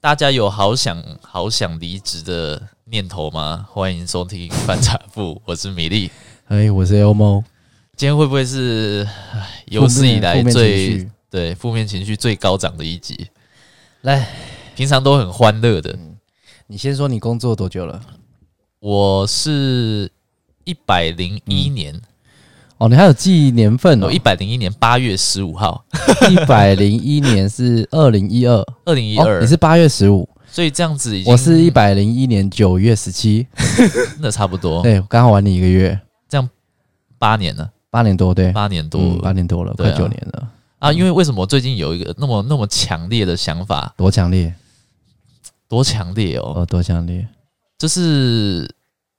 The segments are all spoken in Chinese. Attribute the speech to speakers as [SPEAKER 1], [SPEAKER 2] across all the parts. [SPEAKER 1] 大家有好想好想离职的念头吗？欢迎收听《反差部》， 我是米粒。
[SPEAKER 2] 哎，我是 Elmo，
[SPEAKER 1] 今天会不会是唉有史以来
[SPEAKER 2] 负面情
[SPEAKER 1] 最
[SPEAKER 2] 绪
[SPEAKER 1] 对负面情绪最高涨的一集？
[SPEAKER 2] 来，
[SPEAKER 1] 平常都很欢乐的。
[SPEAKER 2] 嗯你先说你工作多久了？
[SPEAKER 1] 我是一百零一年，
[SPEAKER 2] 哦，你还有记年份哦，
[SPEAKER 1] 我一
[SPEAKER 2] 一
[SPEAKER 1] 百零一年八月十五号，
[SPEAKER 2] 哦一百零一年是二零一二，
[SPEAKER 1] 二零一
[SPEAKER 2] 哦，
[SPEAKER 1] 二
[SPEAKER 2] 你，是八月十五，
[SPEAKER 1] 所以这样子已经
[SPEAKER 2] 我是一百零一年九月十七，
[SPEAKER 1] 那差不多
[SPEAKER 2] 对，刚好玩你一个月，
[SPEAKER 1] 八年了，
[SPEAKER 2] 八年多，对，
[SPEAKER 1] 八年多
[SPEAKER 2] 嗯
[SPEAKER 1] 了
[SPEAKER 2] 八年多了，
[SPEAKER 1] 对啊
[SPEAKER 2] 快九年了，
[SPEAKER 1] 啊！因为为什么我最近有一个那么那么强烈的想法？
[SPEAKER 2] 多强烈，
[SPEAKER 1] 多强烈哦！
[SPEAKER 2] 哦，多强烈，
[SPEAKER 1] 就是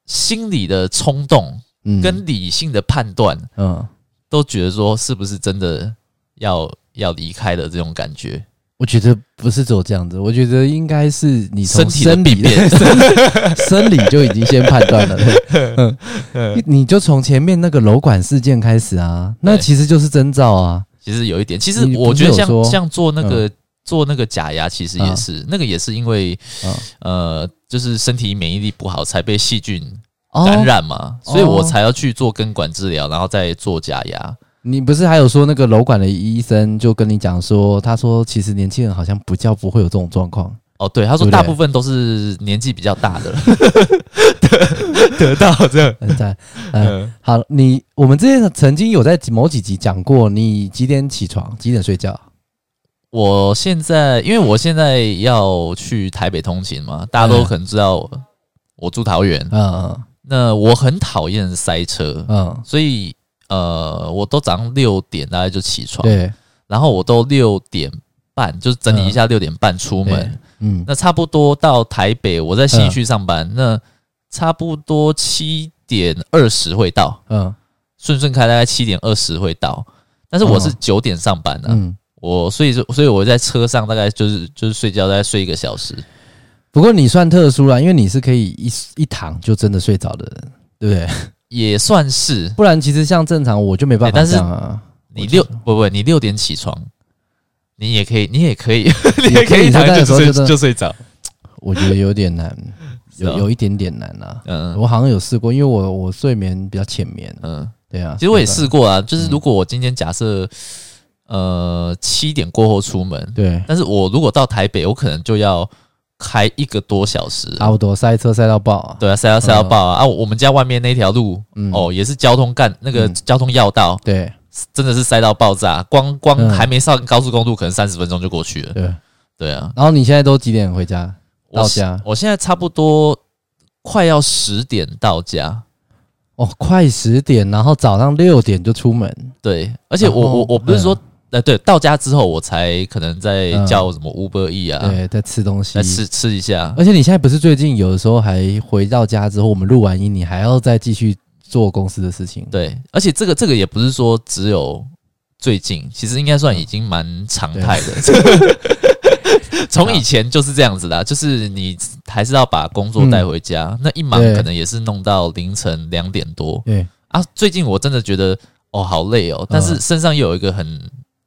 [SPEAKER 1] 心理的冲动
[SPEAKER 2] 嗯，
[SPEAKER 1] 跟理性的判断，
[SPEAKER 2] 嗯，
[SPEAKER 1] 都觉得说是不是真的要要离开的这种感觉。
[SPEAKER 2] 我觉得不是只有这样子，我觉得应该是你从
[SPEAKER 1] 身体的
[SPEAKER 2] 生理
[SPEAKER 1] 病变
[SPEAKER 2] 生生理就已经先判 断了。对嗯，你你就从前面那个楼管事件开始啊，那
[SPEAKER 1] 对
[SPEAKER 2] 其实就是征兆啊。
[SPEAKER 1] 其实有一点，其实
[SPEAKER 2] 你
[SPEAKER 1] 我
[SPEAKER 2] 不是
[SPEAKER 1] 觉得
[SPEAKER 2] 有
[SPEAKER 1] 像
[SPEAKER 2] 说啊
[SPEAKER 1] 像做那个、做那个假牙，其实也是、那个也是因为
[SPEAKER 2] 嗯
[SPEAKER 1] 呃，就是身体免疫力不好才被细菌
[SPEAKER 2] 哦
[SPEAKER 1] 感染嘛，
[SPEAKER 2] 哦
[SPEAKER 1] 所以我才要去做根管治疗，然后再做假牙。
[SPEAKER 2] 你不是还有说那个楼管的医生就跟你讲说，他说其实年轻人好像不叫不会有这种状况，
[SPEAKER 1] 哦，对，他
[SPEAKER 2] 对
[SPEAKER 1] 说
[SPEAKER 2] 不对
[SPEAKER 1] 大部分都是年纪比较大的 得得到这 样，
[SPEAKER 2] 很赞。嗯，
[SPEAKER 1] 嗯，
[SPEAKER 2] 好，你我们之前曾经有在某几集讲过，你几点起床，几点睡觉？
[SPEAKER 1] 我现在，因为我现在要去台北通勤嘛，大家都
[SPEAKER 2] 嗯
[SPEAKER 1] 可能知道我我住桃园，
[SPEAKER 2] 嗯
[SPEAKER 1] 那我很讨厌塞车
[SPEAKER 2] 嗯，嗯，
[SPEAKER 1] 所以呃，我都早上六点大概就起床，
[SPEAKER 2] 对，
[SPEAKER 1] 然后我都六点半，就是整理一下六点半出门，
[SPEAKER 2] 嗯对嗯
[SPEAKER 1] 那差不多到台北，我在西区上班，那差不多七点二十会到，
[SPEAKER 2] 嗯
[SPEAKER 1] 顺顺开大概七点二十会到，但是我是
[SPEAKER 2] 哦
[SPEAKER 1] 九点上班的、
[SPEAKER 2] 嗯。
[SPEAKER 1] 我所以说，所以我在车上大概就是就是睡觉，大概睡一个小时。
[SPEAKER 2] 不过你算特殊啦，因为你是可以一一躺就真的睡着的人，对 不对？
[SPEAKER 1] 也算是
[SPEAKER 2] 不然其实像正常我就没办
[SPEAKER 1] 对
[SPEAKER 2] 法
[SPEAKER 1] 哎但是
[SPEAKER 2] 这样啊。
[SPEAKER 1] 你
[SPEAKER 2] 我就
[SPEAKER 1] 六
[SPEAKER 2] 是
[SPEAKER 1] 不不，你六点起床，你也可以，你也可以，你也
[SPEAKER 2] 也可
[SPEAKER 1] 可
[SPEAKER 2] 以
[SPEAKER 1] 以躺
[SPEAKER 2] 在那
[SPEAKER 1] 就
[SPEAKER 2] 个时候
[SPEAKER 1] 睡
[SPEAKER 2] 就真的
[SPEAKER 1] 就睡 着。
[SPEAKER 2] 我觉得有点 难，
[SPEAKER 1] 是
[SPEAKER 2] 有
[SPEAKER 1] 哦
[SPEAKER 2] 有一点点难啊。
[SPEAKER 1] 嗯
[SPEAKER 2] 我好像有试过，因为我我睡眠比较浅眠，
[SPEAKER 1] 嗯，
[SPEAKER 2] 对啊。
[SPEAKER 1] 其实我也
[SPEAKER 2] 没办
[SPEAKER 1] 试过啊，就是
[SPEAKER 2] 嗯
[SPEAKER 1] 如果我今天假设呃七点过后出门
[SPEAKER 2] 法，，对，
[SPEAKER 1] 但是我如果到台北，我可能就要开一个多小时。
[SPEAKER 2] 差不多塞车塞到爆啊。
[SPEAKER 1] 对啊，塞到塞到爆啊！啊，我们家外面那条路、
[SPEAKER 2] 嗯
[SPEAKER 1] 哦，也是交通干那个
[SPEAKER 2] 嗯
[SPEAKER 1] 交通要道，
[SPEAKER 2] 对
[SPEAKER 1] 真的是塞到爆炸，光光
[SPEAKER 2] 嗯
[SPEAKER 1] 还没上高速公路，可能三十分钟就过去了。
[SPEAKER 2] 对。
[SPEAKER 1] 对啊，
[SPEAKER 2] 然后你现在都几点回家？
[SPEAKER 1] 我
[SPEAKER 2] 到家
[SPEAKER 1] 我现在差不多快要十点到家。
[SPEAKER 2] 哦，快十点，然后早上六点就出门。
[SPEAKER 1] 对，而且我
[SPEAKER 2] 然后
[SPEAKER 1] 我我不是说，呃，对，到家之后我才可能再
[SPEAKER 2] 啊嗯
[SPEAKER 1] 叫什么 Uber E 啊，
[SPEAKER 2] 对，在吃东西
[SPEAKER 1] 来。吃吃一下。
[SPEAKER 2] 而且你现在不是最近有的时候还回到家之后，我们录完音，你还要再继续做公司的事情。
[SPEAKER 1] 对，而且这个这个也不是说只有最近，其实应该算已经蛮常态的。 从以前就是这样子的，就是你还是要把工作带回家，那一忙
[SPEAKER 2] 嗯对
[SPEAKER 1] 可能也是弄到凌晨两点多
[SPEAKER 2] 对，
[SPEAKER 1] 啊。最近我真的觉得哦好累哦，但是身上又有一个很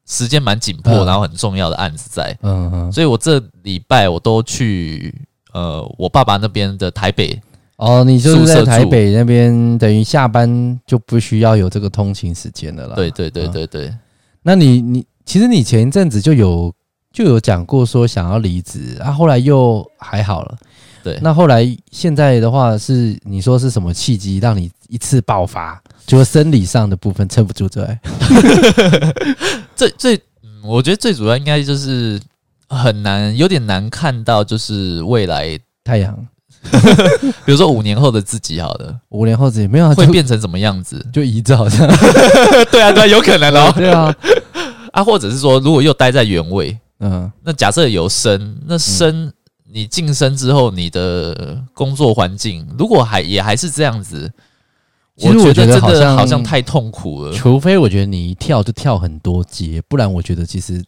[SPEAKER 1] 时间蛮紧迫，
[SPEAKER 2] 嗯
[SPEAKER 1] 然后很重要的案子在，
[SPEAKER 2] 嗯嗯，
[SPEAKER 1] 所以我这礼拜我都去呃我爸爸那边的台北，
[SPEAKER 2] 哦，你就是
[SPEAKER 1] 宿
[SPEAKER 2] 在
[SPEAKER 1] 舍
[SPEAKER 2] 台
[SPEAKER 1] 住
[SPEAKER 2] 北那边，等于下班就不需要有这个通勤时间的啦。
[SPEAKER 1] 对，对对
[SPEAKER 2] 嗯
[SPEAKER 1] 对对，
[SPEAKER 2] 那你你其实你前一阵子就有就有讲过说想要离职啊，后来又还好了。
[SPEAKER 1] 对
[SPEAKER 2] 那后来现在的话是你说是什么契机让你一次爆发？就是生理上的部分撑不住这，
[SPEAKER 1] 最最、嗯，我觉得最主要应该就是很难，有点难看到，就是未来，
[SPEAKER 2] 太阳
[SPEAKER 1] 比如说五年后的自己，好了，
[SPEAKER 2] 五年后自己没有啊
[SPEAKER 1] 会
[SPEAKER 2] 就？
[SPEAKER 1] 变成什么样子
[SPEAKER 2] 就遗照这样，
[SPEAKER 1] 对啊，对啊，有可能哦。
[SPEAKER 2] 对 啊，
[SPEAKER 1] 啊，或者是说，如果又待在原位，
[SPEAKER 2] 嗯
[SPEAKER 1] 那假设有升，那升、你晋升之后，你的工作环境如果还也还是这样子，
[SPEAKER 2] 其实
[SPEAKER 1] 我
[SPEAKER 2] 我
[SPEAKER 1] 觉
[SPEAKER 2] 觉得
[SPEAKER 1] 真
[SPEAKER 2] 好
[SPEAKER 1] 的
[SPEAKER 2] 像
[SPEAKER 1] 好像太痛苦了。
[SPEAKER 2] 除非我觉得你一跳就跳很多阶，不然我觉得其实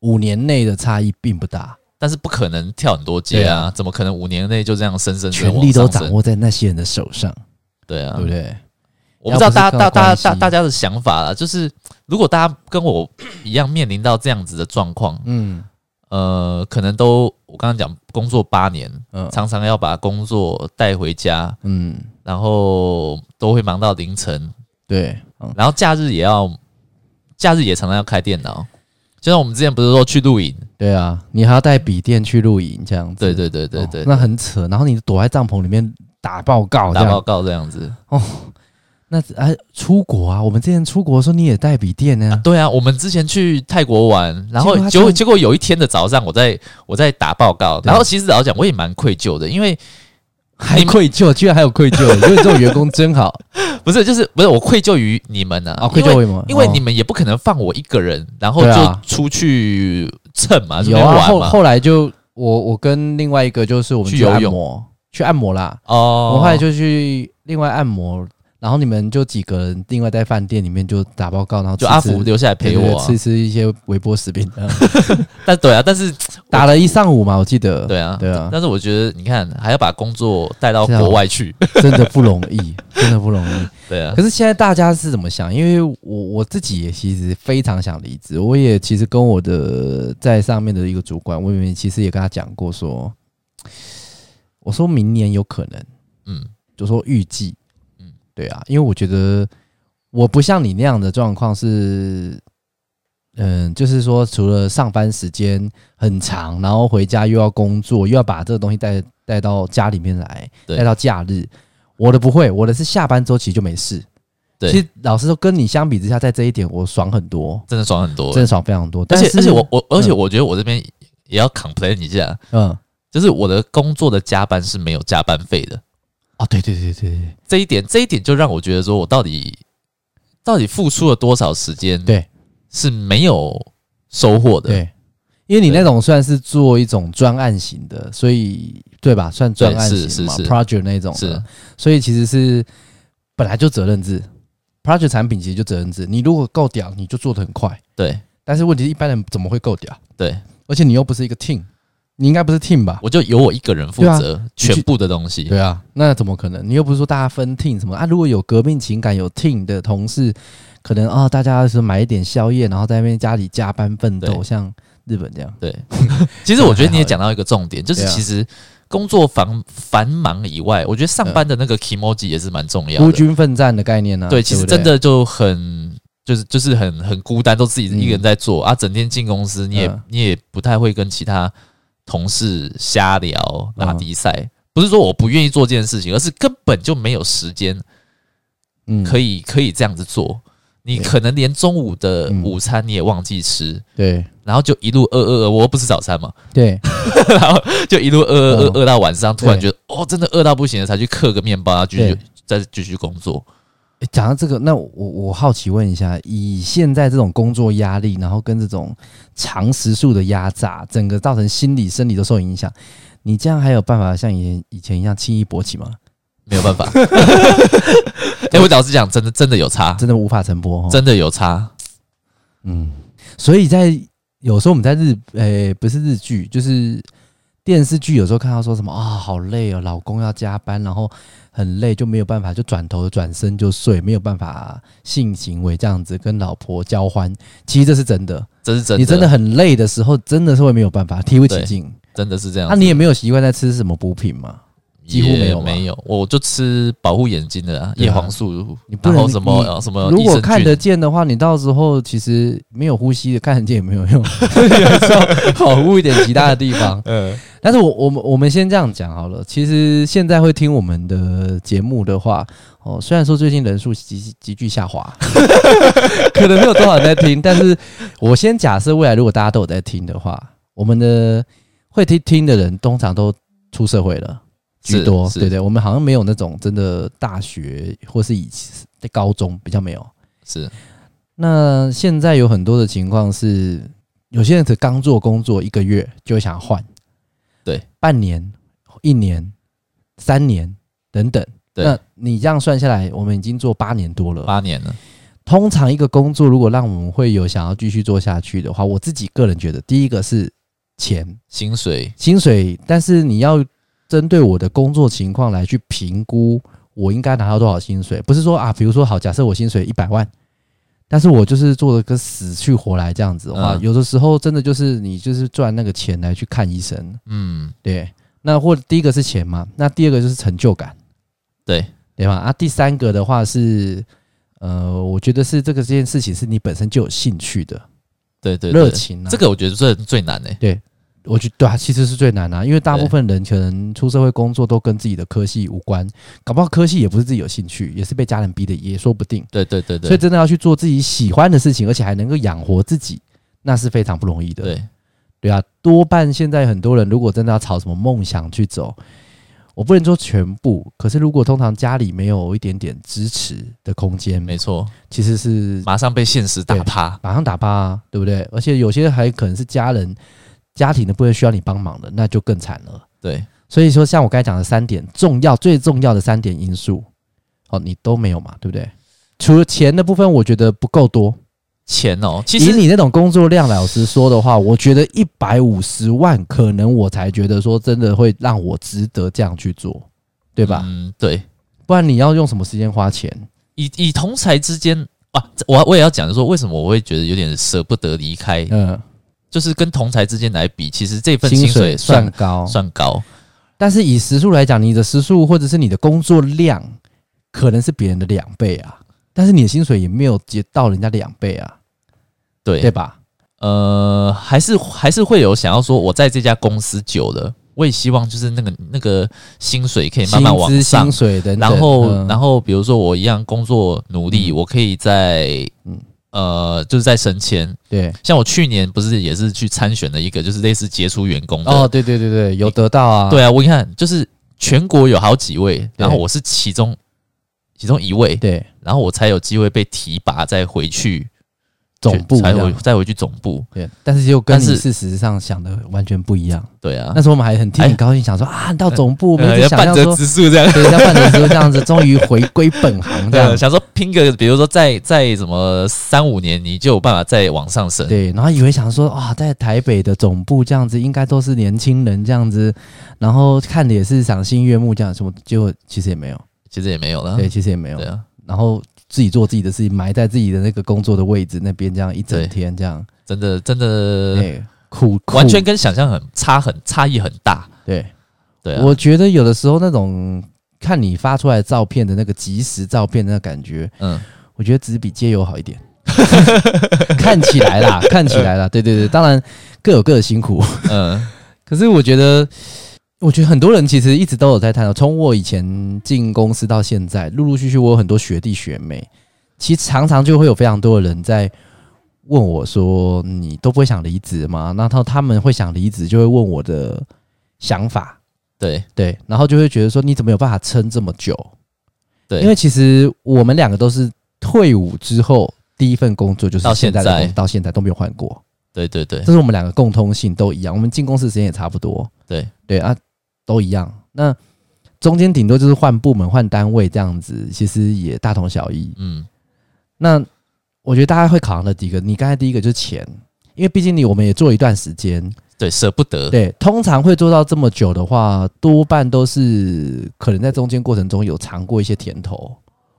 [SPEAKER 2] 五年内的差异并不大，
[SPEAKER 1] 但是不可能跳很多阶
[SPEAKER 2] 对
[SPEAKER 1] 啊，
[SPEAKER 2] 啊
[SPEAKER 1] 怎么可能五年内就这样升升升
[SPEAKER 2] 权力都
[SPEAKER 1] 往上
[SPEAKER 2] 掌
[SPEAKER 1] 升？
[SPEAKER 2] 握在嗯那些人的手上，
[SPEAKER 1] 对啊，
[SPEAKER 2] 对不对？
[SPEAKER 1] 我不知道大家大大
[SPEAKER 2] 要不是靠关
[SPEAKER 1] 大
[SPEAKER 2] 系
[SPEAKER 1] 大家的想法啦，就是如果大家跟我一样面临到这样子的状况，
[SPEAKER 2] 嗯，
[SPEAKER 1] 呃，可能都我刚刚讲工作八年，
[SPEAKER 2] 嗯
[SPEAKER 1] 常常要把工作带回家，
[SPEAKER 2] 嗯，
[SPEAKER 1] 然后都会忙到凌晨，
[SPEAKER 2] 对，嗯
[SPEAKER 1] 然后假日也要，假日也常常要开电脑。就像我们之前不是说去露营，
[SPEAKER 2] 对啊，你还要带笔电去露营这样子，
[SPEAKER 1] 对对对对
[SPEAKER 2] 哦
[SPEAKER 1] 对，
[SPEAKER 2] 那很扯。然后你躲在帐篷里面打报告，这
[SPEAKER 1] 打报
[SPEAKER 2] 样。
[SPEAKER 1] 告这样子。
[SPEAKER 2] 那哎，出国啊，我们之前出国的时候你也带笔电呢、
[SPEAKER 1] 啊对啊，我们之前去泰国玩，然后
[SPEAKER 2] 嗯结
[SPEAKER 1] 结
[SPEAKER 2] 果
[SPEAKER 1] 果
[SPEAKER 2] 他
[SPEAKER 1] 结果有一天的早上，我在我在打报告，
[SPEAKER 2] 对
[SPEAKER 1] 然后其实老实讲我也蛮愧疚的，因为
[SPEAKER 2] 还
[SPEAKER 1] 你们
[SPEAKER 2] 愧疚，居然还有 愧疚，因为这种员工真好
[SPEAKER 1] 不是就是不是我愧疚于你们呢、
[SPEAKER 2] 啊！愧疚为什么？
[SPEAKER 1] 因为
[SPEAKER 2] 哦
[SPEAKER 1] 你们也不可能放我一个人，然后
[SPEAKER 2] 对
[SPEAKER 1] 就
[SPEAKER 2] 啊
[SPEAKER 1] 出去蹭嘛，这
[SPEAKER 2] 有
[SPEAKER 1] 边
[SPEAKER 2] 啊，
[SPEAKER 1] 玩
[SPEAKER 2] 后
[SPEAKER 1] 嘛。
[SPEAKER 2] 后来就我我跟另外一个就是我们
[SPEAKER 1] 去
[SPEAKER 2] 去
[SPEAKER 1] 游
[SPEAKER 2] 按
[SPEAKER 1] 泳
[SPEAKER 2] 摩，去按摩啦。
[SPEAKER 1] 哦
[SPEAKER 2] 我后来就去另外按摩，然后你们就几个人另外在饭店里面就打报告，然后
[SPEAKER 1] 就
[SPEAKER 2] 吃
[SPEAKER 1] 阿
[SPEAKER 2] 吃
[SPEAKER 1] 福留下来陪
[SPEAKER 2] 对对
[SPEAKER 1] 我
[SPEAKER 2] 对
[SPEAKER 1] 啊、
[SPEAKER 2] 吃吃一些微波食品，嗯
[SPEAKER 1] 但对啊，但是
[SPEAKER 2] 打了一上午嘛，我记得。
[SPEAKER 1] 对啊，
[SPEAKER 2] 对啊，
[SPEAKER 1] 但是我觉得你看还要把工作带到
[SPEAKER 2] 是啊
[SPEAKER 1] 国外去，
[SPEAKER 2] 真的不容 易，真的不容易。
[SPEAKER 1] 对啊
[SPEAKER 2] 可，是现在大家是怎么想？因为我我自己也其实非常想离职，我也其实跟我的在上面的一个主管，我也其实也跟他讲过说，我说明年有可能，
[SPEAKER 1] 嗯
[SPEAKER 2] 就说预计，嗯
[SPEAKER 1] 嗯，
[SPEAKER 2] 对啊，因为我觉得我不像你那样的状况是，嗯，就是说除了上班时间很长，然后回家又要工作，又要把这个东西带带到家里面来，
[SPEAKER 1] 对
[SPEAKER 2] 带到假日。我的不会，我的是下班之后其实就没事。
[SPEAKER 1] 对
[SPEAKER 2] 其实老实说，跟你相比之下，在这一点我爽很多，
[SPEAKER 1] 真的爽很多欸、
[SPEAKER 2] 真的爽非常多。
[SPEAKER 1] 而
[SPEAKER 2] 但
[SPEAKER 1] 且
[SPEAKER 2] 是
[SPEAKER 1] 而且我我而且我觉得我这边也要 complain 一下，
[SPEAKER 2] 嗯
[SPEAKER 1] 就是我的工作的加班是没有加班费的，
[SPEAKER 2] 哦，对对对对对
[SPEAKER 1] 这一点这一点就让我觉得说我到底到底付出了多少时间，
[SPEAKER 2] 对，
[SPEAKER 1] 是没有收获的，
[SPEAKER 2] 对，因为你那种算是做一种专案型的，所以对吧？算专案
[SPEAKER 1] 对
[SPEAKER 2] 型
[SPEAKER 1] 是
[SPEAKER 2] 嘛
[SPEAKER 1] 是是
[SPEAKER 2] ，project 那种的
[SPEAKER 1] 是
[SPEAKER 2] 所以其实是本来就责任制，project 产品其实就责任制。你如果够屌，你就做得很快。
[SPEAKER 1] 对
[SPEAKER 2] 但是问题是一般人怎么会够屌？
[SPEAKER 1] 对，
[SPEAKER 2] 而且你又不是一个 team，你应该不是 team 吧？
[SPEAKER 1] 我就由我一个人负责、全部的东西，
[SPEAKER 2] 啊对啊，那怎么可能？你又不是说大家分 team 什么啊？如果有革命情感、有 team 的同事，可能啊、大家是买一点宵夜，然后在那边家里加班奋斗，
[SPEAKER 1] 对
[SPEAKER 2] 像日本这样。
[SPEAKER 1] 对，其实我觉得你也讲到一个重点，就是
[SPEAKER 2] 对啊
[SPEAKER 1] 其实工作繁繁忙以外，我觉得上班的那个 emoji 也是蛮重要的。
[SPEAKER 2] 孤军奋战的概念呢、啊？
[SPEAKER 1] 对，其实
[SPEAKER 2] 不对
[SPEAKER 1] 真的就很就是就是很很孤单，都自己一个人在做、啊，整天进公司，你也、
[SPEAKER 2] 嗯
[SPEAKER 1] 你也不太会跟其他同事瞎聊
[SPEAKER 2] 嗯
[SPEAKER 1] 拉低赛。不是说我不愿意做这件事情，而是根本就没有时间
[SPEAKER 2] 嗯
[SPEAKER 1] 可
[SPEAKER 2] 以
[SPEAKER 1] 以、可以这样子做。你
[SPEAKER 2] 对
[SPEAKER 1] 可能连中午的
[SPEAKER 2] 嗯
[SPEAKER 1] 午餐你也忘记吃，
[SPEAKER 2] 对
[SPEAKER 1] 然后就一路饿饿饿，我又不吃早餐嘛，
[SPEAKER 2] 对
[SPEAKER 1] 然后就一路饿饿
[SPEAKER 2] 嗯
[SPEAKER 1] 饿饿到晚上，突然觉得哦，真的饿到不行了，才去嗑个面包，然后继续
[SPEAKER 2] 对
[SPEAKER 1] 再继续工作。
[SPEAKER 2] 诶讲到这个，那我我好奇问一下，以现在这种工作压力，然后跟这种长时数的压榨，整个造成心理、生理都受影响，你这样还有办法像以前以前一样轻易勃起吗？
[SPEAKER 1] 没有办 法。哎、我老实讲，真的真的有差，
[SPEAKER 2] 真的无法成勃哦。
[SPEAKER 1] 真的有差。
[SPEAKER 2] 嗯，所以在有时候我们在日，诶、不是日剧，就是电视剧，有时候看到说什么啊、好累哦，老公要加班，然后很累，就没有办法，就转头转身就睡，没有办法啊性行为这样子跟老婆交欢。其实这是真的，
[SPEAKER 1] 这是真的，
[SPEAKER 2] 你真的很累的时候，真的是会没有办法，提不起劲。
[SPEAKER 1] 真的是这样
[SPEAKER 2] 那、
[SPEAKER 1] 子。
[SPEAKER 2] 啊你也没有习惯在吃什么补品嘛？几乎没
[SPEAKER 1] 也
[SPEAKER 2] 有吧
[SPEAKER 1] 没有，我就吃保护眼睛的、啊、
[SPEAKER 2] 对啊
[SPEAKER 1] 叶黄素
[SPEAKER 2] 你，不
[SPEAKER 1] 然
[SPEAKER 2] 能
[SPEAKER 1] 后什么
[SPEAKER 2] 你
[SPEAKER 1] 呃什么
[SPEAKER 2] 如
[SPEAKER 1] 益
[SPEAKER 2] 果
[SPEAKER 1] 生
[SPEAKER 2] 看
[SPEAKER 1] 菌
[SPEAKER 2] 得见的话，你到时候其实没有呼吸的，看得见也没有用，有时候保护一点其他的地方。
[SPEAKER 1] 嗯
[SPEAKER 2] 但是我我们我们先这样讲好了。其实现在会听我们的节目的话，哦，虽然说最近人数急急剧下滑， 可能没有多少人在听，但是我先假设未来如果大家都有在听的话，我们的会听听的人通常都出社会了。居
[SPEAKER 1] 是
[SPEAKER 2] 多，
[SPEAKER 1] 是
[SPEAKER 2] 对对，我们好像没有那种真的大学或是以在高中比较没有。
[SPEAKER 1] 是
[SPEAKER 2] 那现在有很多的情况是，有些人只刚做工作一个月就会想要换，
[SPEAKER 1] 对，
[SPEAKER 2] 半年、一年、三年等等。
[SPEAKER 1] 对
[SPEAKER 2] 那你这样算下来，我们已经做八年多了。
[SPEAKER 1] 八年了，
[SPEAKER 2] 通常一个工作如果让我们会有想要继续做下去的话，我自己个人觉得，第一个是钱，
[SPEAKER 1] 薪水
[SPEAKER 2] 薪水，但是你要针对我的工作情况来去评估我应该拿到多少薪水，不是说啊，比如说好，假设我薪水一百万，但是我就是做的跟死去活来这样子的话，
[SPEAKER 1] 嗯
[SPEAKER 2] 有的时候真的就是你就是赚那个钱来去看医生，
[SPEAKER 1] 嗯，
[SPEAKER 2] 对。那或第一个是钱嘛，那第二个就是成就感，
[SPEAKER 1] 对，
[SPEAKER 2] 对吧？啊，第三个的话是，呃，我觉得是这个这件事情是你本身就有兴趣的
[SPEAKER 1] 对对对
[SPEAKER 2] 热情、啊，
[SPEAKER 1] 这个我觉得最最难欸诶、
[SPEAKER 2] 我觉得对啊，其实是最难啊，因为大部分人可能出社会工作都跟自己的科系无关，搞不好科系也不是自己有兴趣，也是被家人逼的，也说不定。
[SPEAKER 1] 对对对
[SPEAKER 2] 所
[SPEAKER 1] 对，
[SPEAKER 2] 以真的要去做自己喜欢的事情，而且还能够养活自己，那是非常不容易的。
[SPEAKER 1] 对
[SPEAKER 2] 对啊，多半现在很多人如果真的要朝什么梦想去走，我不能说全部，可是如果通常家里没有一点点支持的空间，
[SPEAKER 1] 没错，
[SPEAKER 2] 其实是
[SPEAKER 1] 马上被现实打趴。
[SPEAKER 2] 马上打趴、啊，对不对？而且有些还可能是家人、家庭的部分需要你帮忙的，那就更惨了。
[SPEAKER 1] 对，
[SPEAKER 2] 所以说，像我刚才讲的三点重要、最重要的三点因素，哦，你都没有嘛，对不对？除了钱的部分，我觉得不够多。
[SPEAKER 1] 钱哦，其
[SPEAKER 2] 以
[SPEAKER 1] 实
[SPEAKER 2] 你那种工作量，老实说的话，我觉得一百五十万，可能我才觉得说真的会让我值得这样去做，对吧？
[SPEAKER 1] 嗯，对，
[SPEAKER 2] 不然你要用什么时间花钱？
[SPEAKER 1] 以以同才之间啊，这我我也要讲说，为什么我会觉得有点舍不得离开，
[SPEAKER 2] 嗯、
[SPEAKER 1] 就是跟同才之间来比，其实这份
[SPEAKER 2] 薪
[SPEAKER 1] 薪
[SPEAKER 2] 水
[SPEAKER 1] 水算
[SPEAKER 2] 算高，
[SPEAKER 1] 算高，
[SPEAKER 2] 但是以时数来讲，你的时数或者是你的工作量，可能是别人的两倍啊，但是你的薪水也没有也到人家两倍啊，
[SPEAKER 1] 对，
[SPEAKER 2] 对吧？
[SPEAKER 1] 呃，还是还是会有想要说，我在这家公司久了，我也希望就是那个那个薪水可以慢慢往
[SPEAKER 2] 薪资、
[SPEAKER 1] 上
[SPEAKER 2] 薪，水等等，
[SPEAKER 1] 然后、
[SPEAKER 2] 嗯
[SPEAKER 1] 然后比如说我一样工作努力，我可以在
[SPEAKER 2] 嗯
[SPEAKER 1] 呃就是在升迁。
[SPEAKER 2] 对，
[SPEAKER 1] 像我去年不是也是去参选了一个，就是类似杰出员工的，
[SPEAKER 2] 哦，对对对对，有得到啊，
[SPEAKER 1] 对啊，我一看就是全国有好几位，然后
[SPEAKER 2] 对
[SPEAKER 1] 我是其中其中一位，
[SPEAKER 2] 对，
[SPEAKER 1] 然后我才有机会被提拔，再回去
[SPEAKER 2] 总部
[SPEAKER 1] 才
[SPEAKER 2] 这
[SPEAKER 1] 回
[SPEAKER 2] 样
[SPEAKER 1] 再回去总部。
[SPEAKER 2] 对，但是就跟
[SPEAKER 1] 但是
[SPEAKER 2] 你事实上想的完全不一样。
[SPEAKER 1] 对啊，
[SPEAKER 2] 那时候我们还很替
[SPEAKER 1] 哎
[SPEAKER 2] 你高兴，想说啊，你到总部，我们
[SPEAKER 1] 呃
[SPEAKER 2] 一直
[SPEAKER 1] 要
[SPEAKER 2] 想
[SPEAKER 1] 半
[SPEAKER 2] 象
[SPEAKER 1] 折
[SPEAKER 2] 说，
[SPEAKER 1] 指数这样。
[SPEAKER 2] 对，要办的时候这样子，终于回归 本行这
[SPEAKER 1] 对啊，
[SPEAKER 2] 样。
[SPEAKER 1] 想说拼个，比如说在在什么三五年，你就有办法再往上升。
[SPEAKER 2] 对，然后以为想说啊，在台北的总部这样子，应该都是年轻人这样子，然后看的也是赏心悦目这样，什么结果其实也没有，
[SPEAKER 1] 其实也没有了。
[SPEAKER 2] 对，其实也没有
[SPEAKER 1] 对。啊，
[SPEAKER 2] 然后自己做自己的事情，埋在自己的那个工作的位置那边，这样一整
[SPEAKER 1] 对
[SPEAKER 2] 天这样，
[SPEAKER 1] 真的真的
[SPEAKER 2] 对，呃苦苦
[SPEAKER 1] 完全跟想象很差很差异很大。
[SPEAKER 2] 对。
[SPEAKER 1] 对啊，
[SPEAKER 2] 我觉得有的时候那种看你发出来的照片的那个即时照片的那感觉，
[SPEAKER 1] 嗯，
[SPEAKER 2] 我觉得只比街友好一点。 看起来啦，看起来啦，对对对，当然各有各的辛苦。啊
[SPEAKER 1] 嗯，
[SPEAKER 2] 可是我觉得，我觉得很多人其实一直都有在探讨。从我以前进公司到现在，陆陆续续我有很多学弟学妹，其实常常就会有非常多的人在问我说：“嗯你都不会想离职吗？”然后他们会想离职，就会问我的想法。
[SPEAKER 1] 对
[SPEAKER 2] 对，然后就会觉得说你怎么有办法撑这么久？
[SPEAKER 1] 对，
[SPEAKER 2] 因为其实我们两个都是退伍之后第一份工作就是
[SPEAKER 1] 到
[SPEAKER 2] 现在的
[SPEAKER 1] 现在
[SPEAKER 2] 工到现在都没有换过，
[SPEAKER 1] 对对对
[SPEAKER 2] 这是我们两个共通性都一样。我们进公司时间也差不多，
[SPEAKER 1] 对
[SPEAKER 2] 对啊，都一样。那中间顶多就是换部门、换单位这样子，其实也大同小异。
[SPEAKER 1] 嗯，
[SPEAKER 2] 那我觉得大家会考量的几个，你刚才第一个就是钱，因为毕竟你我们也做了一段时间，
[SPEAKER 1] 对，舍不得。
[SPEAKER 2] 对，通常会做到这么久的话，多半都是可能在中间过程中有尝过一些甜头，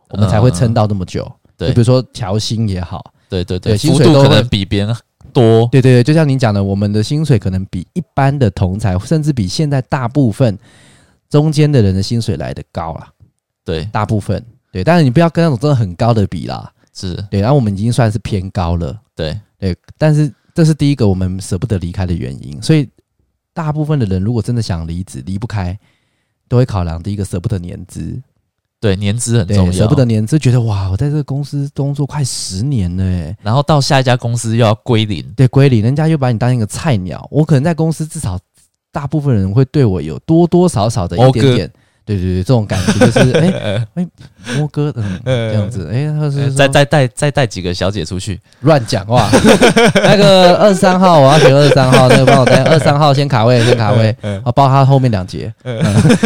[SPEAKER 2] 我们才会撑到这么久。
[SPEAKER 1] 嗯对
[SPEAKER 2] 就比如说调薪也好，
[SPEAKER 1] 对对
[SPEAKER 2] 对
[SPEAKER 1] 对，
[SPEAKER 2] 薪
[SPEAKER 1] 幅
[SPEAKER 2] 水
[SPEAKER 1] 度
[SPEAKER 2] 都
[SPEAKER 1] 可
[SPEAKER 2] 会
[SPEAKER 1] 能比别人多。
[SPEAKER 2] 对对对，就像你讲的，我们的薪水可能比一般的同才，甚至比现在大部分中间的人的薪水来的高啦，
[SPEAKER 1] 对，
[SPEAKER 2] 大部分。对，但是你不要跟那种真的很高的比啦。
[SPEAKER 1] 是，
[SPEAKER 2] 对，然后我们已经算是偏高了。
[SPEAKER 1] 对
[SPEAKER 2] 对，但是这是第一个我们舍不得离开的原因，所以大部分的人如果真的想离职，离不开，都会考量第一个舍不得年资，
[SPEAKER 1] 对，年资很重
[SPEAKER 2] 对，
[SPEAKER 1] 要。
[SPEAKER 2] 舍不得年资，觉得哇，我在这个公司工作快十年了，哎，
[SPEAKER 1] 然后到下一家公司又要归零，
[SPEAKER 2] 对，归零，人家又把你当一个菜鸟，我可能在公司至少大部分人会对我有多多少少的一
[SPEAKER 1] 讴
[SPEAKER 2] 点
[SPEAKER 1] 歌
[SPEAKER 2] 点。对对对，这种感觉就是，哎哎，摸哥，嗯，这样子，哎，他是
[SPEAKER 1] 呃再
[SPEAKER 2] 说
[SPEAKER 1] 再带再带几个小姐出去，
[SPEAKER 2] 乱讲话。 那个二三号，我要选二三号，那个帮我带二三号先卡位，先卡位，啊，包他后面两节，嗯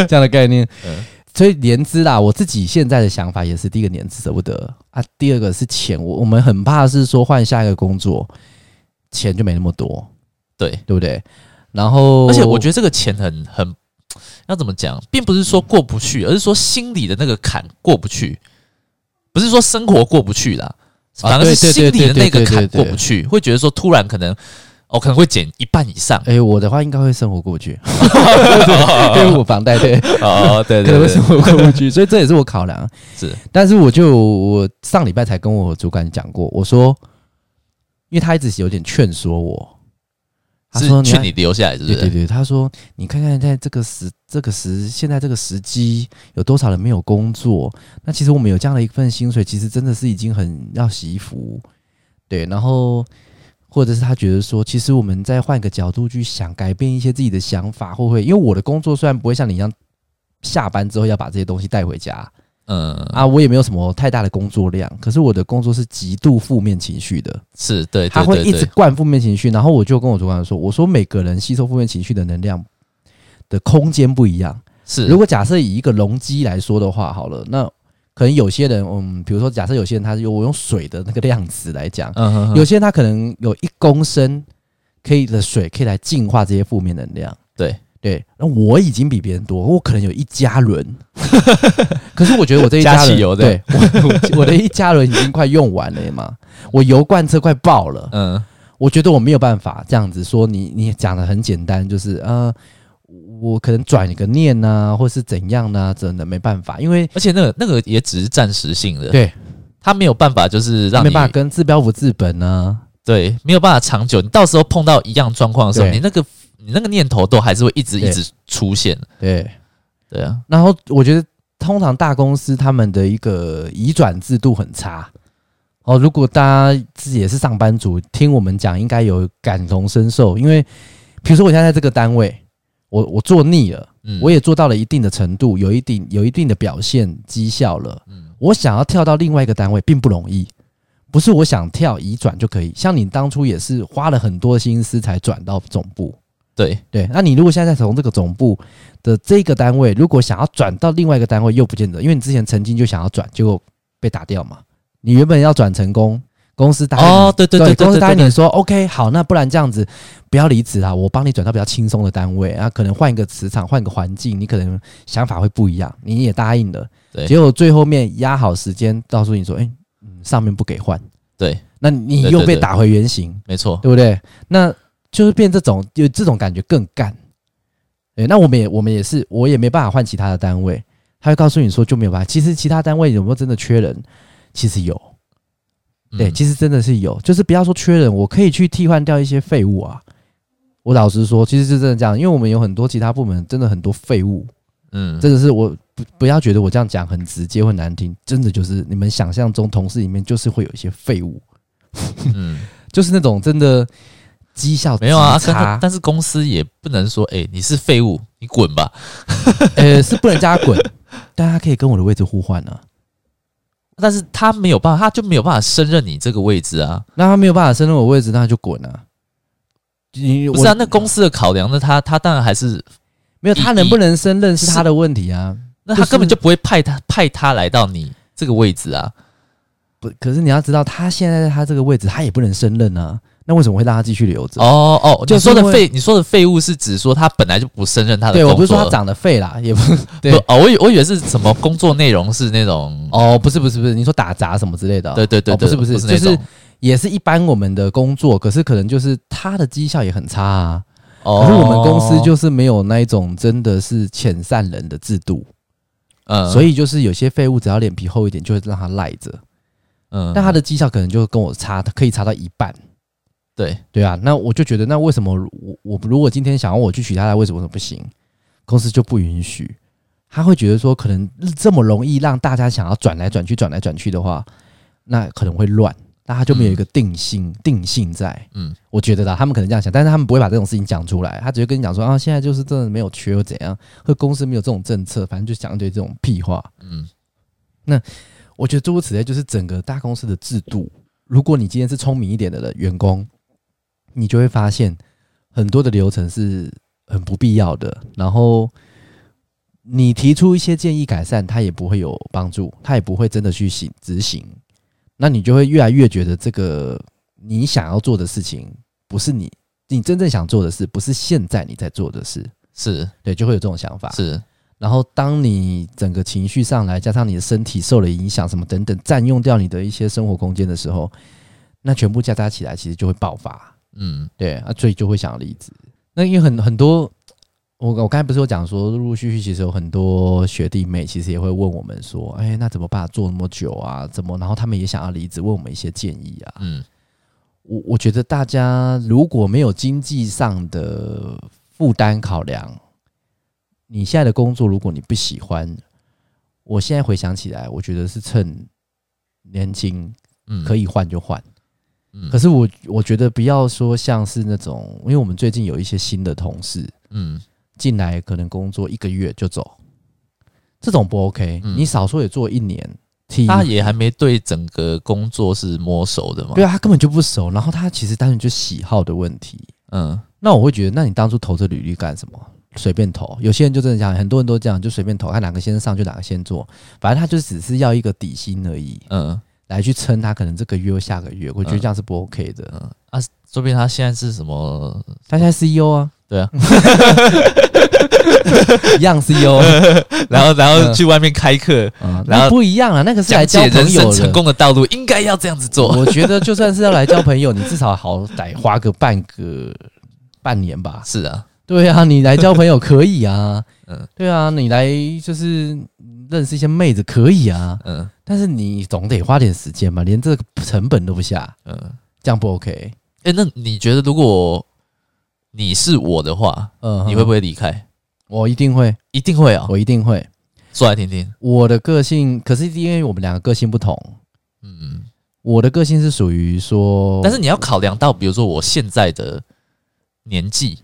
[SPEAKER 2] 这样的概念
[SPEAKER 1] 嗯。
[SPEAKER 2] 所以年资啦，我自己现在的想法也是，第一个年资舍不得啊，第二个是钱，我我们很怕是说换下一个工作，钱就没那么多，
[SPEAKER 1] 对。
[SPEAKER 2] 对不对？然后，
[SPEAKER 1] 而且我觉得这个钱很很，要怎么讲，并不是说过不去，而是说心里的那个坎过不去，不是说生活过不去啦，反而是
[SPEAKER 2] 啊对
[SPEAKER 1] 心
[SPEAKER 2] 对
[SPEAKER 1] 里的那
[SPEAKER 2] 对
[SPEAKER 1] 个
[SPEAKER 2] 对对
[SPEAKER 1] 坎
[SPEAKER 2] 对
[SPEAKER 1] 过不去，会觉得说突然可能哦可能会减一半以上
[SPEAKER 2] 哎、我的话应该会生活过 不去，对因为我房贷对，
[SPEAKER 1] 哦，对
[SPEAKER 2] 可
[SPEAKER 1] 对
[SPEAKER 2] 能
[SPEAKER 1] 对
[SPEAKER 2] 会生活过不去，所以这也是我考量。
[SPEAKER 1] 是
[SPEAKER 2] 但是我就我上礼拜才跟我主管讲过，我说，因为他一直有点劝说我，他说
[SPEAKER 1] 是
[SPEAKER 2] 要
[SPEAKER 1] 劝你留下来，是不
[SPEAKER 2] 对
[SPEAKER 1] 是？
[SPEAKER 2] 对对，他说你看看在这个时这个时现在这个时机，有多少人没有工作？那其实我们有这样的一份薪水，其实真的是已经很要洗衣服。对，然后或者是他觉得说，其实我们再换个角度去想，改变一些自己的想法，会不会？因为我的工作虽然不会像你一样。下班之后要把这些东西带回家
[SPEAKER 1] 嗯，
[SPEAKER 2] 啊，我也没有什么太大的工作量，可是我的工作是极度负面情绪的，
[SPEAKER 1] 是对，对
[SPEAKER 2] 他会
[SPEAKER 1] 对
[SPEAKER 2] 一直
[SPEAKER 1] 对
[SPEAKER 2] 灌负面情绪，然后我就跟我主管说，我说每个人吸收负面情绪的能量的空间不一样。
[SPEAKER 1] 是
[SPEAKER 2] 如果假设以一个容积来说的话，好了，那可能有些人，嗯，比如说假设有些人他有我用水的那个量子来讲，
[SPEAKER 1] 嗯哼哼
[SPEAKER 2] 有些人他可能有一公升可以的水可以来净化这些负面能量。
[SPEAKER 1] 对
[SPEAKER 2] 对，那我已经比别人多，我可能有一加 仑，可是我觉得我这一
[SPEAKER 1] 加
[SPEAKER 2] 加
[SPEAKER 1] 汽
[SPEAKER 2] 仑，
[SPEAKER 1] 油的
[SPEAKER 2] 对我我的一加仑已经快用完了嘛，我油罐车快爆了，
[SPEAKER 1] 嗯
[SPEAKER 2] 我觉得我没有办法这样子说你，你讲的很简单，就是呃，我可能转一个念呐、或是怎样呢、真的没办法，因为
[SPEAKER 1] 而且那个那个也只是暂时性的，
[SPEAKER 2] 对，
[SPEAKER 1] 他没有办法就是让
[SPEAKER 2] 没
[SPEAKER 1] 你
[SPEAKER 2] 办法跟治标不治本啊呢、
[SPEAKER 1] 对没有办法长久，你到时候碰到一样状况的时候，
[SPEAKER 2] 对
[SPEAKER 1] 你那个你那个念头都还是会一直
[SPEAKER 2] 对
[SPEAKER 1] 一直出现，
[SPEAKER 2] 对，
[SPEAKER 1] 对啊，
[SPEAKER 2] 然后我觉得通常大公司他们的一个移转制度很差。哦，如果大家自己也是上班族，听我们讲应该有感同身受，因为比如说我现在在这个单位，我我做腻了，
[SPEAKER 1] 嗯，
[SPEAKER 2] 我也做到了一定的程度，有一定有一定的表现绩效了。我想要跳到另外一个单位并不容易，不是我想跳移转就可以。像你当初也是花了很多心思才转到总部，
[SPEAKER 1] 对
[SPEAKER 2] 对。那你如果现在从这个总部的这个单位，如果想要转到另外一个单位，又不见得，因为你之前曾经就想要转，结果被打掉嘛。你原本要转成功，公司答应你
[SPEAKER 1] 哦，对对对对
[SPEAKER 2] 公司
[SPEAKER 1] 对
[SPEAKER 2] 答
[SPEAKER 1] 对
[SPEAKER 2] 应你
[SPEAKER 1] 对，
[SPEAKER 2] 说 OK，好，那不然这样子，不要离职啦，我帮你转到比较轻松的单位啊，可能换一个磁场，换个环境，你可能想法会不一样，你也答应了，
[SPEAKER 1] 对
[SPEAKER 2] 结果最后面压好时间，告诉你说，哎、嗯上面不给换，
[SPEAKER 1] 对，
[SPEAKER 2] 那你
[SPEAKER 1] 对
[SPEAKER 2] 又
[SPEAKER 1] 对
[SPEAKER 2] 被
[SPEAKER 1] 对
[SPEAKER 2] 打回原形，
[SPEAKER 1] 没错，
[SPEAKER 2] 对不对？那就是变这种，有这种感觉更干。对，那我们也我们也是，我也没办法换其他的单位，他会告诉你说就没有办法。其实其他单位有没有真的缺人？其实有，对，
[SPEAKER 1] 嗯
[SPEAKER 2] 其实真的是有，就是不要说缺人，我可以去替换掉一些废物啊。我老实说，其实是真的这样，因为我们有很多其他部门真的很多废物，
[SPEAKER 1] 嗯，
[SPEAKER 2] 真的是我不不要觉得我这样讲很直接或难听，真的就是你们想象中同事里面就是会有一些废物，
[SPEAKER 1] 嗯。
[SPEAKER 2] 就是那种真的绩效
[SPEAKER 1] 没有啊，
[SPEAKER 2] 极
[SPEAKER 1] 但
[SPEAKER 2] 差
[SPEAKER 1] 是但是公司也不能说，哎、你是废物，你滚吧。
[SPEAKER 2] 呃是不能叫他滚，但他可以跟我的位置互换啊。
[SPEAKER 1] 但是他没有办法，他就没有办法胜任你这个位置啊。
[SPEAKER 2] 那他没有办法胜任我位置，那他就滚啊。你
[SPEAKER 1] 不是啊，
[SPEAKER 2] 我
[SPEAKER 1] 那公司的考量，那他他当然还是，
[SPEAKER 2] 没有他能不能胜任是他的问题啊。
[SPEAKER 1] 那
[SPEAKER 2] 就
[SPEAKER 1] 他
[SPEAKER 2] 是
[SPEAKER 1] 根本就不会派他派他来到你这个位置啊。
[SPEAKER 2] 不，可是你要知道，他现在在他这个位置，他也不能胜任啊。那为什么会让他继续留着？
[SPEAKER 1] 哦哦，
[SPEAKER 2] 就
[SPEAKER 1] 你
[SPEAKER 2] 是
[SPEAKER 1] 说的
[SPEAKER 2] 因为
[SPEAKER 1] 废，你说的废物是指说他本来就不胜任他的工
[SPEAKER 2] 对
[SPEAKER 1] 作。
[SPEAKER 2] 我不是说他长得废啦， 也不对
[SPEAKER 1] 不哦，我以我以为是什么工作内容是那种，
[SPEAKER 2] 哦，不是不是不是，你说打杂什么之类的哦、
[SPEAKER 1] 对对对
[SPEAKER 2] 哦不
[SPEAKER 1] 对，
[SPEAKER 2] 是不是，
[SPEAKER 1] 那
[SPEAKER 2] 就
[SPEAKER 1] 种
[SPEAKER 2] 是也是一般我们的工作，可是可能就是他的绩效也很差啊。
[SPEAKER 1] 哦，
[SPEAKER 2] 可是我们公司就是没有那一种真的是遣散人的制度，
[SPEAKER 1] 嗯，
[SPEAKER 2] 所以就是有些废物只要脸皮厚一点，就会让他赖着，
[SPEAKER 1] 嗯，
[SPEAKER 2] 但他的绩效可能就跟我差，可以差到一半。
[SPEAKER 1] 对
[SPEAKER 2] 对啊，那我就觉得，那为什么我我如果今天想要我去娶她来，为什么不行？公司就不允许，他会觉得说，可能这么容易让大家想要转来转去、转来转去的话，那可能会乱，那他就没有一个定性、定性在。
[SPEAKER 1] 嗯
[SPEAKER 2] 嗯，我觉得啦，他们可能这样想，但是他们不会把这种事情讲出来，他只会跟你讲说啊，现在就是真的没有缺又怎样，或公司没有这种政策，反正就讲一堆这种屁话。
[SPEAKER 1] 嗯
[SPEAKER 2] 我觉得诸如此类，就是整个大公司的制度。如果你今天是聪明一点的人员工，你就会发现很多的流程是很不必要的。然后你提出一些建议改善，它也不会有帮助，它也不会真的去行执行。那你就会越来越觉得这个你想要做的事情不是你你真正想做的事，不是现在你在做的事，
[SPEAKER 1] 是
[SPEAKER 2] 对，就会有这种想法。
[SPEAKER 1] 是
[SPEAKER 2] 然后当你整个情绪上来，加上你的身体受了影响什么等等，占用掉你的一些生活空间的时候，那全部加加起来，其实就会爆发。
[SPEAKER 1] 嗯
[SPEAKER 2] 对啊，所以就会想离职。那因为很很多，我我刚才不是有讲说，陆陆续续其实有很多学弟妹其实也会问我们说，哎、那怎么办？做那么久啊，怎么？然后他们也想要离职，问我们一些建议啊。
[SPEAKER 1] 嗯
[SPEAKER 2] 我我觉得大家如果没有经济上的负担考量，你现在的工作如果你不喜欢，我现在回想起来，我觉得是趁年轻
[SPEAKER 1] 嗯，
[SPEAKER 2] 可
[SPEAKER 1] 以，
[SPEAKER 2] 以换就换。
[SPEAKER 1] 嗯
[SPEAKER 2] 可是我我觉得不要说像是那种，因为我们最近有一些新的同事
[SPEAKER 1] 嗯
[SPEAKER 2] 进来，可能工作一个月就走，这种不 OK、
[SPEAKER 1] 嗯
[SPEAKER 2] 你少说也做一年，体
[SPEAKER 1] 他也还没对整个工作是摸熟的嘛，
[SPEAKER 2] 对啊，他根本就不熟，然后他其实单纯就喜好的问题。
[SPEAKER 1] 嗯
[SPEAKER 2] 那我会觉得，那你当初投这履历干什么？随便投，有些人就真的这样，很多人都这样，就随便投，看哪个先上就哪个先做，反正他就只是要一个底薪而已，
[SPEAKER 1] 嗯
[SPEAKER 2] 来去撑他可能这个月或下个月，我觉得
[SPEAKER 1] 嗯
[SPEAKER 2] 这样是不 OK 的。
[SPEAKER 1] 嗯，啊，说不定他现在是什么，
[SPEAKER 2] 他现在 CEO 啊，
[SPEAKER 1] 对啊，
[SPEAKER 2] 一样 CEO，
[SPEAKER 1] 然后然后
[SPEAKER 2] 嗯
[SPEAKER 1] 去外面开课，
[SPEAKER 2] 啊嗯，
[SPEAKER 1] 然
[SPEAKER 2] 那
[SPEAKER 1] 后
[SPEAKER 2] 不一样啊，那个是来
[SPEAKER 1] 讲
[SPEAKER 2] 交
[SPEAKER 1] 解人
[SPEAKER 2] 朋友
[SPEAKER 1] 生
[SPEAKER 2] 的。
[SPEAKER 1] 成功的道路，应该要这样子做，
[SPEAKER 2] 我觉得就算是要来交朋友，你至少好歹花个半个半年吧。
[SPEAKER 1] 是啊，
[SPEAKER 2] 对啊，你来交朋友可以啊，
[SPEAKER 1] 嗯
[SPEAKER 2] 对啊，你来就是认识一些妹子可以啊，
[SPEAKER 1] 嗯
[SPEAKER 2] 但是你总得花点时间吧，连这个成本都不下，
[SPEAKER 1] 嗯。
[SPEAKER 2] 这样不 OK？
[SPEAKER 1] 哎、那你觉得如果你是我的话，
[SPEAKER 2] 嗯，
[SPEAKER 1] 你会不
[SPEAKER 2] 会？
[SPEAKER 1] 会离开？
[SPEAKER 2] 我一定会，
[SPEAKER 1] 一定会啊、
[SPEAKER 2] 我一定会。
[SPEAKER 1] 说来听听。
[SPEAKER 2] 我的个性，可是因为我们两个个性不同，
[SPEAKER 1] 嗯，
[SPEAKER 2] 我的个性是属于说，
[SPEAKER 1] 但是你要考量到，比如说我现在的年纪，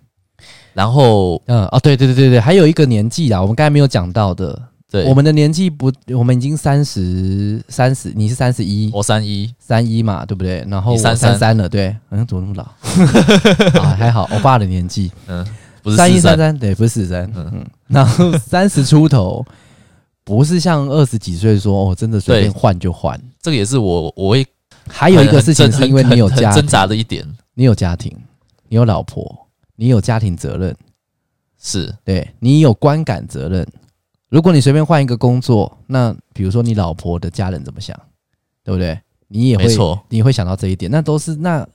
[SPEAKER 1] 然后
[SPEAKER 2] 嗯哦，对对对对对，还有一个年纪啊，我们刚才没有讲到的，
[SPEAKER 1] 对
[SPEAKER 2] 我们的年纪不，我们已经三十三十，你是三十一，
[SPEAKER 1] 我三一，
[SPEAKER 2] 三一嘛，对不对？然后
[SPEAKER 1] 你
[SPEAKER 2] 我
[SPEAKER 1] 33
[SPEAKER 2] 三三了，对，嗯，怎么那么老？ 啊，还好，我爸的年纪，
[SPEAKER 1] 嗯，不是
[SPEAKER 2] 三一
[SPEAKER 1] 四
[SPEAKER 2] 三三，对，不是四三，
[SPEAKER 1] 嗯
[SPEAKER 2] 嗯，然后三十出头，不是像二十几岁说哦，真的随便
[SPEAKER 1] 对
[SPEAKER 2] 换就换。
[SPEAKER 1] 这个也是我我会
[SPEAKER 2] 还有一
[SPEAKER 1] 很
[SPEAKER 2] 个事情
[SPEAKER 1] 很
[SPEAKER 2] 是因为
[SPEAKER 1] 很
[SPEAKER 2] 你有
[SPEAKER 1] 很
[SPEAKER 2] 家
[SPEAKER 1] 很，挣扎的一点
[SPEAKER 2] 你有家庭，你有老婆，你有家庭责任，
[SPEAKER 1] 是，
[SPEAKER 2] 对你有观感责任。如果你随便换一个工作，那比如说你老婆的家人怎么想，对不对？你也
[SPEAKER 1] 没
[SPEAKER 2] 会
[SPEAKER 1] 错，
[SPEAKER 2] 你会想到这一点，那都是那，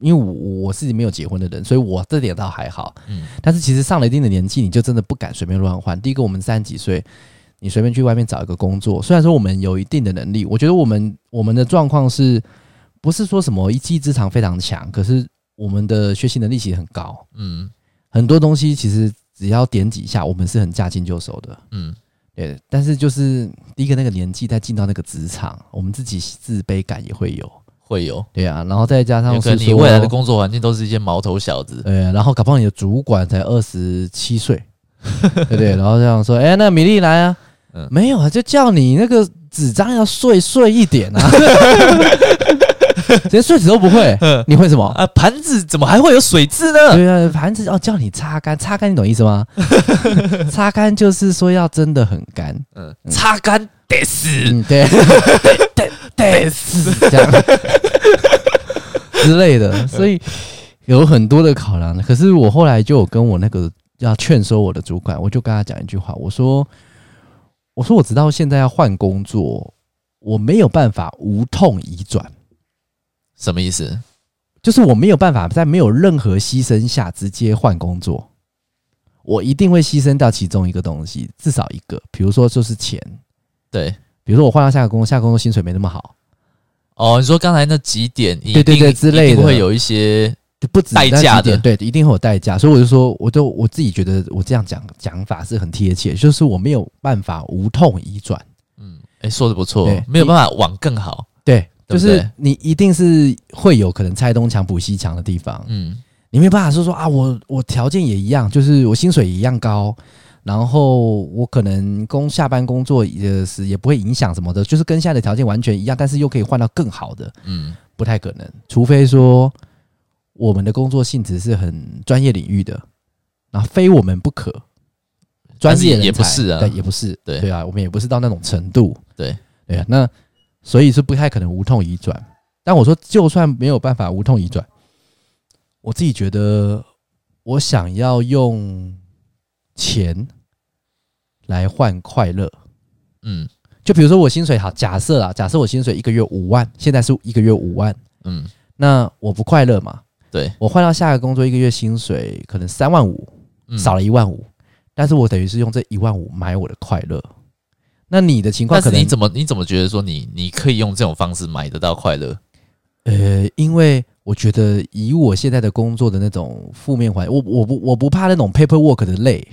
[SPEAKER 2] 因为我我是没有结婚的人，所以我这点倒还好。
[SPEAKER 1] 嗯
[SPEAKER 2] 但是其实上了一定的年纪，你就真的不敢随便乱换。第一个，我们三十几岁，你随便去外面找一个工作，虽然说我们有一定的能力，我觉得我们我们的状况是不是说什么一技之长非常强，可是我们的学习能力其实很高，
[SPEAKER 1] 嗯
[SPEAKER 2] 很多东西其实只要点几下，我们是很驾轻就熟的。
[SPEAKER 1] 嗯
[SPEAKER 2] 对，但是就是第一个那个年纪，再进到那个职场，我们自己自卑感也会有。
[SPEAKER 1] 会有，
[SPEAKER 2] 对啊，然后再加上
[SPEAKER 1] 有可
[SPEAKER 2] 是
[SPEAKER 1] 能你
[SPEAKER 2] 说
[SPEAKER 1] 未来的工作环境都是一些毛头小子，
[SPEAKER 2] 呃，然后搞不好你的主管才二十七岁， 对不对？然后这样说，哎、那米粒来啊，
[SPEAKER 1] 嗯
[SPEAKER 2] 没有啊，就叫你那个纸张要碎碎一 点啊，连碎纸都不会，你会什么？
[SPEAKER 1] 啊，盘子怎么还会有水渍 呢？
[SPEAKER 2] 对啊，盘子哦，叫你擦干，擦干，你懂意思 吗？擦干就是说要真的很干，
[SPEAKER 1] 嗯，擦干得死，
[SPEAKER 2] 嗯， 对，
[SPEAKER 1] 得死，
[SPEAKER 2] 这样 之类的，所以有很多的考量。可是我后来就有跟我那个要劝说我的主管，我就跟他讲一句话，我说：“我说我直到现在要换工作，我没有办法无痛移转，
[SPEAKER 1] 什么意思？
[SPEAKER 2] 就是我没有办法在没有任何牺牲下直接换工作。”我一定会牺牲掉其中一个东西，至少一个，比如说就是钱，
[SPEAKER 1] 对，
[SPEAKER 2] 比如说我换到下个工作，下个工作薪水没那么好，
[SPEAKER 1] 哦，你说刚才那几点，你一
[SPEAKER 2] 对对
[SPEAKER 1] 定
[SPEAKER 2] 对之类的
[SPEAKER 1] 一定会有一些，
[SPEAKER 2] 就不止
[SPEAKER 1] 代价
[SPEAKER 2] 那几点
[SPEAKER 1] 的
[SPEAKER 2] 对，一定会有代价。所以我就说，我就我自己觉得我这样讲讲法是很贴切，就是我没有办法无痛移转，
[SPEAKER 1] 哎，说的不错
[SPEAKER 2] 对，
[SPEAKER 1] 没有办法往更好，
[SPEAKER 2] 对，
[SPEAKER 1] 对不
[SPEAKER 2] 就是
[SPEAKER 1] 对
[SPEAKER 2] 你一定是会有可能拆东墙补西墙的地方，
[SPEAKER 1] 嗯
[SPEAKER 2] 你没办法说说啊，我我条件也一样，就是我薪水也一样高。然后我可能工下班工作也是也不会影响什么的，就是跟现在的条件完全一样，但是又可以换到更好的，
[SPEAKER 1] 嗯
[SPEAKER 2] 不太可能，除非说我们的工作性质是很专业领域的，然后非我们不可。专
[SPEAKER 1] 但是
[SPEAKER 2] 业人才
[SPEAKER 1] 也不是啊
[SPEAKER 2] 对，也不是，
[SPEAKER 1] 对
[SPEAKER 2] 对啊，我们也不是到那种程度，
[SPEAKER 1] 对
[SPEAKER 2] 对啊，那所以是不太可能无痛移转。但我说，就算没有办法无痛移转，我自己觉得我想要用钱来换快乐。
[SPEAKER 1] 嗯
[SPEAKER 2] 就比如说我薪水好，假设啊，假设我薪水一个月五万，现在是一个月五万，
[SPEAKER 1] 嗯，
[SPEAKER 2] 那我不快乐嘛？
[SPEAKER 1] 对，
[SPEAKER 2] 我换到下个工作，一个月薪水可能三万五，
[SPEAKER 1] 嗯
[SPEAKER 2] 少了一万五，但是我等于是用这一万五买我的快乐。那你的情况
[SPEAKER 1] 但
[SPEAKER 2] 可
[SPEAKER 1] 是
[SPEAKER 2] 能
[SPEAKER 1] 你怎么你怎么觉得说你你可以用这种方式买得到快乐？
[SPEAKER 2] 呃，因为我觉得以我现在的工作的那种负面环，我我不我不怕那种 paperwork 的累，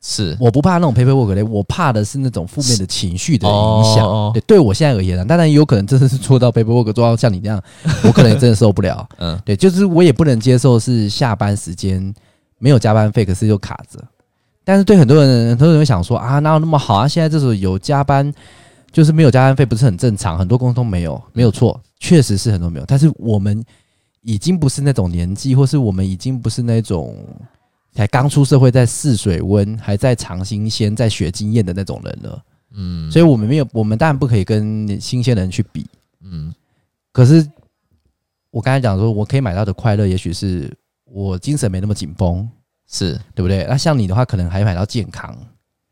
[SPEAKER 1] 是
[SPEAKER 2] 我不怕那种 paperwork 的累，我怕的是那种负面的情绪的影响。
[SPEAKER 1] 哦
[SPEAKER 2] 对，对我现在而言啊，当然也有可能真的是做到 paperwork 做到像你那样，我可能也真的受不了。
[SPEAKER 1] 嗯
[SPEAKER 2] 对，就是我也不能接受是下班时间没有加班费，可是又卡着。但是对很多人，很多人会想说啊，哪有那么好啊？现在这时候有加班，就是没有加班费，不是很正常？很多公司都没有，没有错，确实是很多没有。但是我们已经不是那种年纪，或是我们已经不是那种才刚出社会在试水温，还在尝新鲜、在学经验的那种人了。
[SPEAKER 1] 嗯
[SPEAKER 2] 所以我们没有，我们当然不可以跟新鲜人去比。
[SPEAKER 1] 嗯
[SPEAKER 2] 可是我刚才讲说，我可以买到的快乐，也许是我精神没那么紧绷，
[SPEAKER 1] 是
[SPEAKER 2] 对不对？那像你的话，可能还买到健康，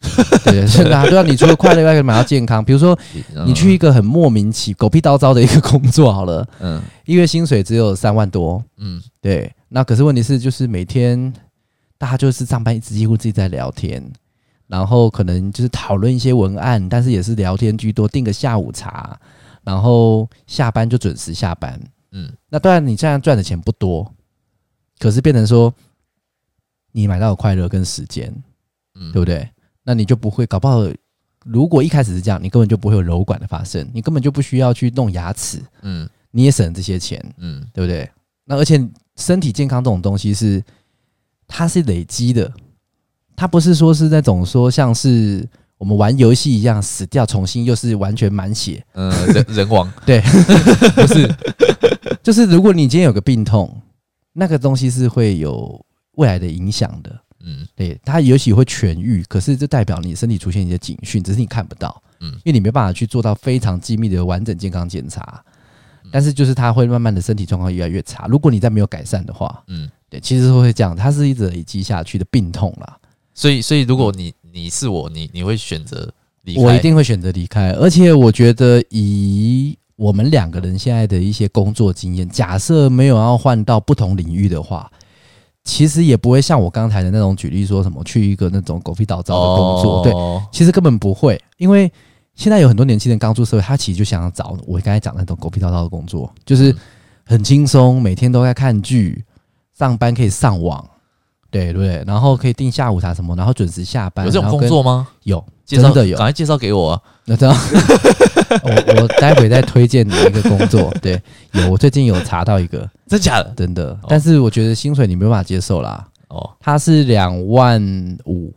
[SPEAKER 2] 对不对？是的啊，对啊，你除了快乐以外，可以买到健康。比如说，
[SPEAKER 1] 嗯
[SPEAKER 2] 你去一个很莫名其狗屁叨叨的一个工作好了，
[SPEAKER 1] 嗯
[SPEAKER 2] 一月薪水只有三万多，
[SPEAKER 1] 嗯
[SPEAKER 2] 对。那可是问题是，就是每天大家就是上班一直几乎自己在聊天。然后可能就是讨论一些文案，但是也是聊天居多，订个下午茶，然后下班就准时下班。
[SPEAKER 1] 嗯
[SPEAKER 2] 那当然，你现在赚的钱不多，可是变成说，你买到的快乐跟时间，
[SPEAKER 1] 嗯
[SPEAKER 2] 对不对？那你就不会搞不好，如果一开始是这样，你根本就不会有柔管的发生，你根本就不需要去弄牙齿，
[SPEAKER 1] 嗯
[SPEAKER 2] 你也省这些钱，
[SPEAKER 1] 嗯
[SPEAKER 2] 对不对？那而且身体健康这种东西是，它是累积的，它不是说是那种说像是我们玩游戏一样死掉重新又是完全满血，
[SPEAKER 1] 嗯人 人王
[SPEAKER 2] 不是， 就是如果你今天有个病痛，那个东西是会有未来的影响的。
[SPEAKER 1] 嗯
[SPEAKER 2] 对，它也许会痊愈，可是这代表你身体出现一些警讯，只是你看不到，
[SPEAKER 1] 嗯
[SPEAKER 2] 因为你没办法去做到非常精密的完整健康检查。
[SPEAKER 1] 嗯
[SPEAKER 2] 但是就是它会慢慢的身体状况越来越差，如果你再没有改善的话，
[SPEAKER 1] 嗯，
[SPEAKER 2] 对，其实会这样，它是一直累积下去的病痛啦。
[SPEAKER 1] 所以所以如果你你是我，你你会选择离开？
[SPEAKER 2] 我一定会选择离开。而且我觉得以我们两个人现在的一些工作经验，假设没有要换到不同领域的话，其实也不会像我刚才的那种举例说什么去一个那种狗屁倒灶的工作，对，
[SPEAKER 1] 哦
[SPEAKER 2] 其实根本不会，因为。现在有很多年轻人刚出社会，他其实就想要找我刚才讲的那种狗屁倒灶的工作，就是
[SPEAKER 1] 嗯
[SPEAKER 2] 很轻松，每天都在看剧，上班可以上网，对对不对？然后可以订下午茶什么，然后准时下班。
[SPEAKER 1] 有这种
[SPEAKER 2] 然后
[SPEAKER 1] 工
[SPEAKER 2] 跟
[SPEAKER 1] 作吗？
[SPEAKER 2] 有，
[SPEAKER 1] 介绍
[SPEAKER 2] 真的有
[SPEAKER 1] 赶快介绍给我啊！
[SPEAKER 2] 那这样， 我我待会再推荐你一个工作。对，有，我最近有查到一个，
[SPEAKER 1] 真假的？
[SPEAKER 2] 真的，但是我觉得薪水你没办法接受啦。
[SPEAKER 1] 哦，
[SPEAKER 2] 它是两万五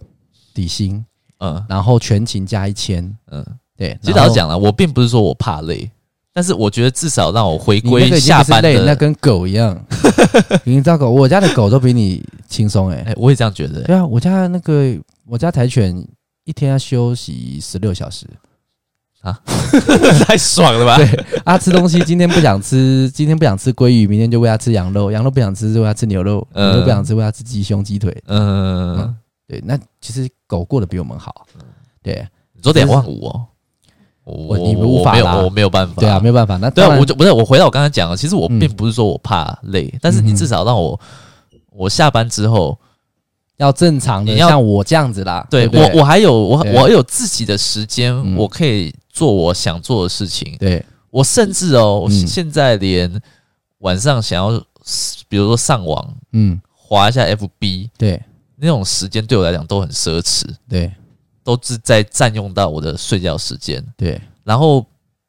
[SPEAKER 2] 底薪，
[SPEAKER 1] 嗯
[SPEAKER 2] 然后全勤加一千。
[SPEAKER 1] 嗯。
[SPEAKER 2] 对，
[SPEAKER 1] 其实
[SPEAKER 2] 然
[SPEAKER 1] 老
[SPEAKER 2] 后
[SPEAKER 1] 实讲了，我并不是说我怕累，但是我觉得至少让我回
[SPEAKER 2] 你那
[SPEAKER 1] 归
[SPEAKER 2] 个已经
[SPEAKER 1] 下
[SPEAKER 2] 不是
[SPEAKER 1] 班
[SPEAKER 2] 累，那
[SPEAKER 1] 的。
[SPEAKER 2] 跟狗一样。 你知道狗，我家的狗都比你轻松 哎。
[SPEAKER 1] 哎，我也这样觉 得。
[SPEAKER 2] 对啊，我家那个我家柴犬一天要休息十六小时。
[SPEAKER 1] 太爽了吧？嗯
[SPEAKER 2] 啊，吃东西今天不想吃， 今天不想吃鲑鱼，明天就喂它吃羊肉；羊肉不想吃，就喂它吃牛肉；
[SPEAKER 1] 嗯
[SPEAKER 2] 牛肉不想吃，喂它吃鸡胸、鸡腿。
[SPEAKER 1] 嗯，
[SPEAKER 2] 对，那其实狗过得比我们好。对
[SPEAKER 1] 你说两万五哦，我
[SPEAKER 2] 你
[SPEAKER 1] 我
[SPEAKER 2] 无法
[SPEAKER 1] 没有
[SPEAKER 2] 啦
[SPEAKER 1] 我没有办法。
[SPEAKER 2] 对啊，没有办法。那
[SPEAKER 1] 对
[SPEAKER 2] 当
[SPEAKER 1] 啊，
[SPEAKER 2] 然
[SPEAKER 1] 我就不是我回到我刚才讲的，其实我
[SPEAKER 2] 嗯
[SPEAKER 1] 并不是说我怕累，但是你至少让我我下班之后，
[SPEAKER 2] 要正常的，
[SPEAKER 1] 你要
[SPEAKER 2] 像我这样子啦。对
[SPEAKER 1] 对
[SPEAKER 2] 不对
[SPEAKER 1] 我我还有我
[SPEAKER 2] 对
[SPEAKER 1] 我还有自己的时间，
[SPEAKER 2] 嗯
[SPEAKER 1] 我可以做我想做的事情。
[SPEAKER 2] 对
[SPEAKER 1] 我甚至哦，我
[SPEAKER 2] 嗯
[SPEAKER 1] 现在连晚上想要，比如说上网
[SPEAKER 2] 嗯
[SPEAKER 1] 滑一下 FB
[SPEAKER 2] 对
[SPEAKER 1] 那种时间，对我来讲都很奢侈，
[SPEAKER 2] 对
[SPEAKER 1] 都是在占用到我的睡觉时间。
[SPEAKER 2] 对
[SPEAKER 1] 然后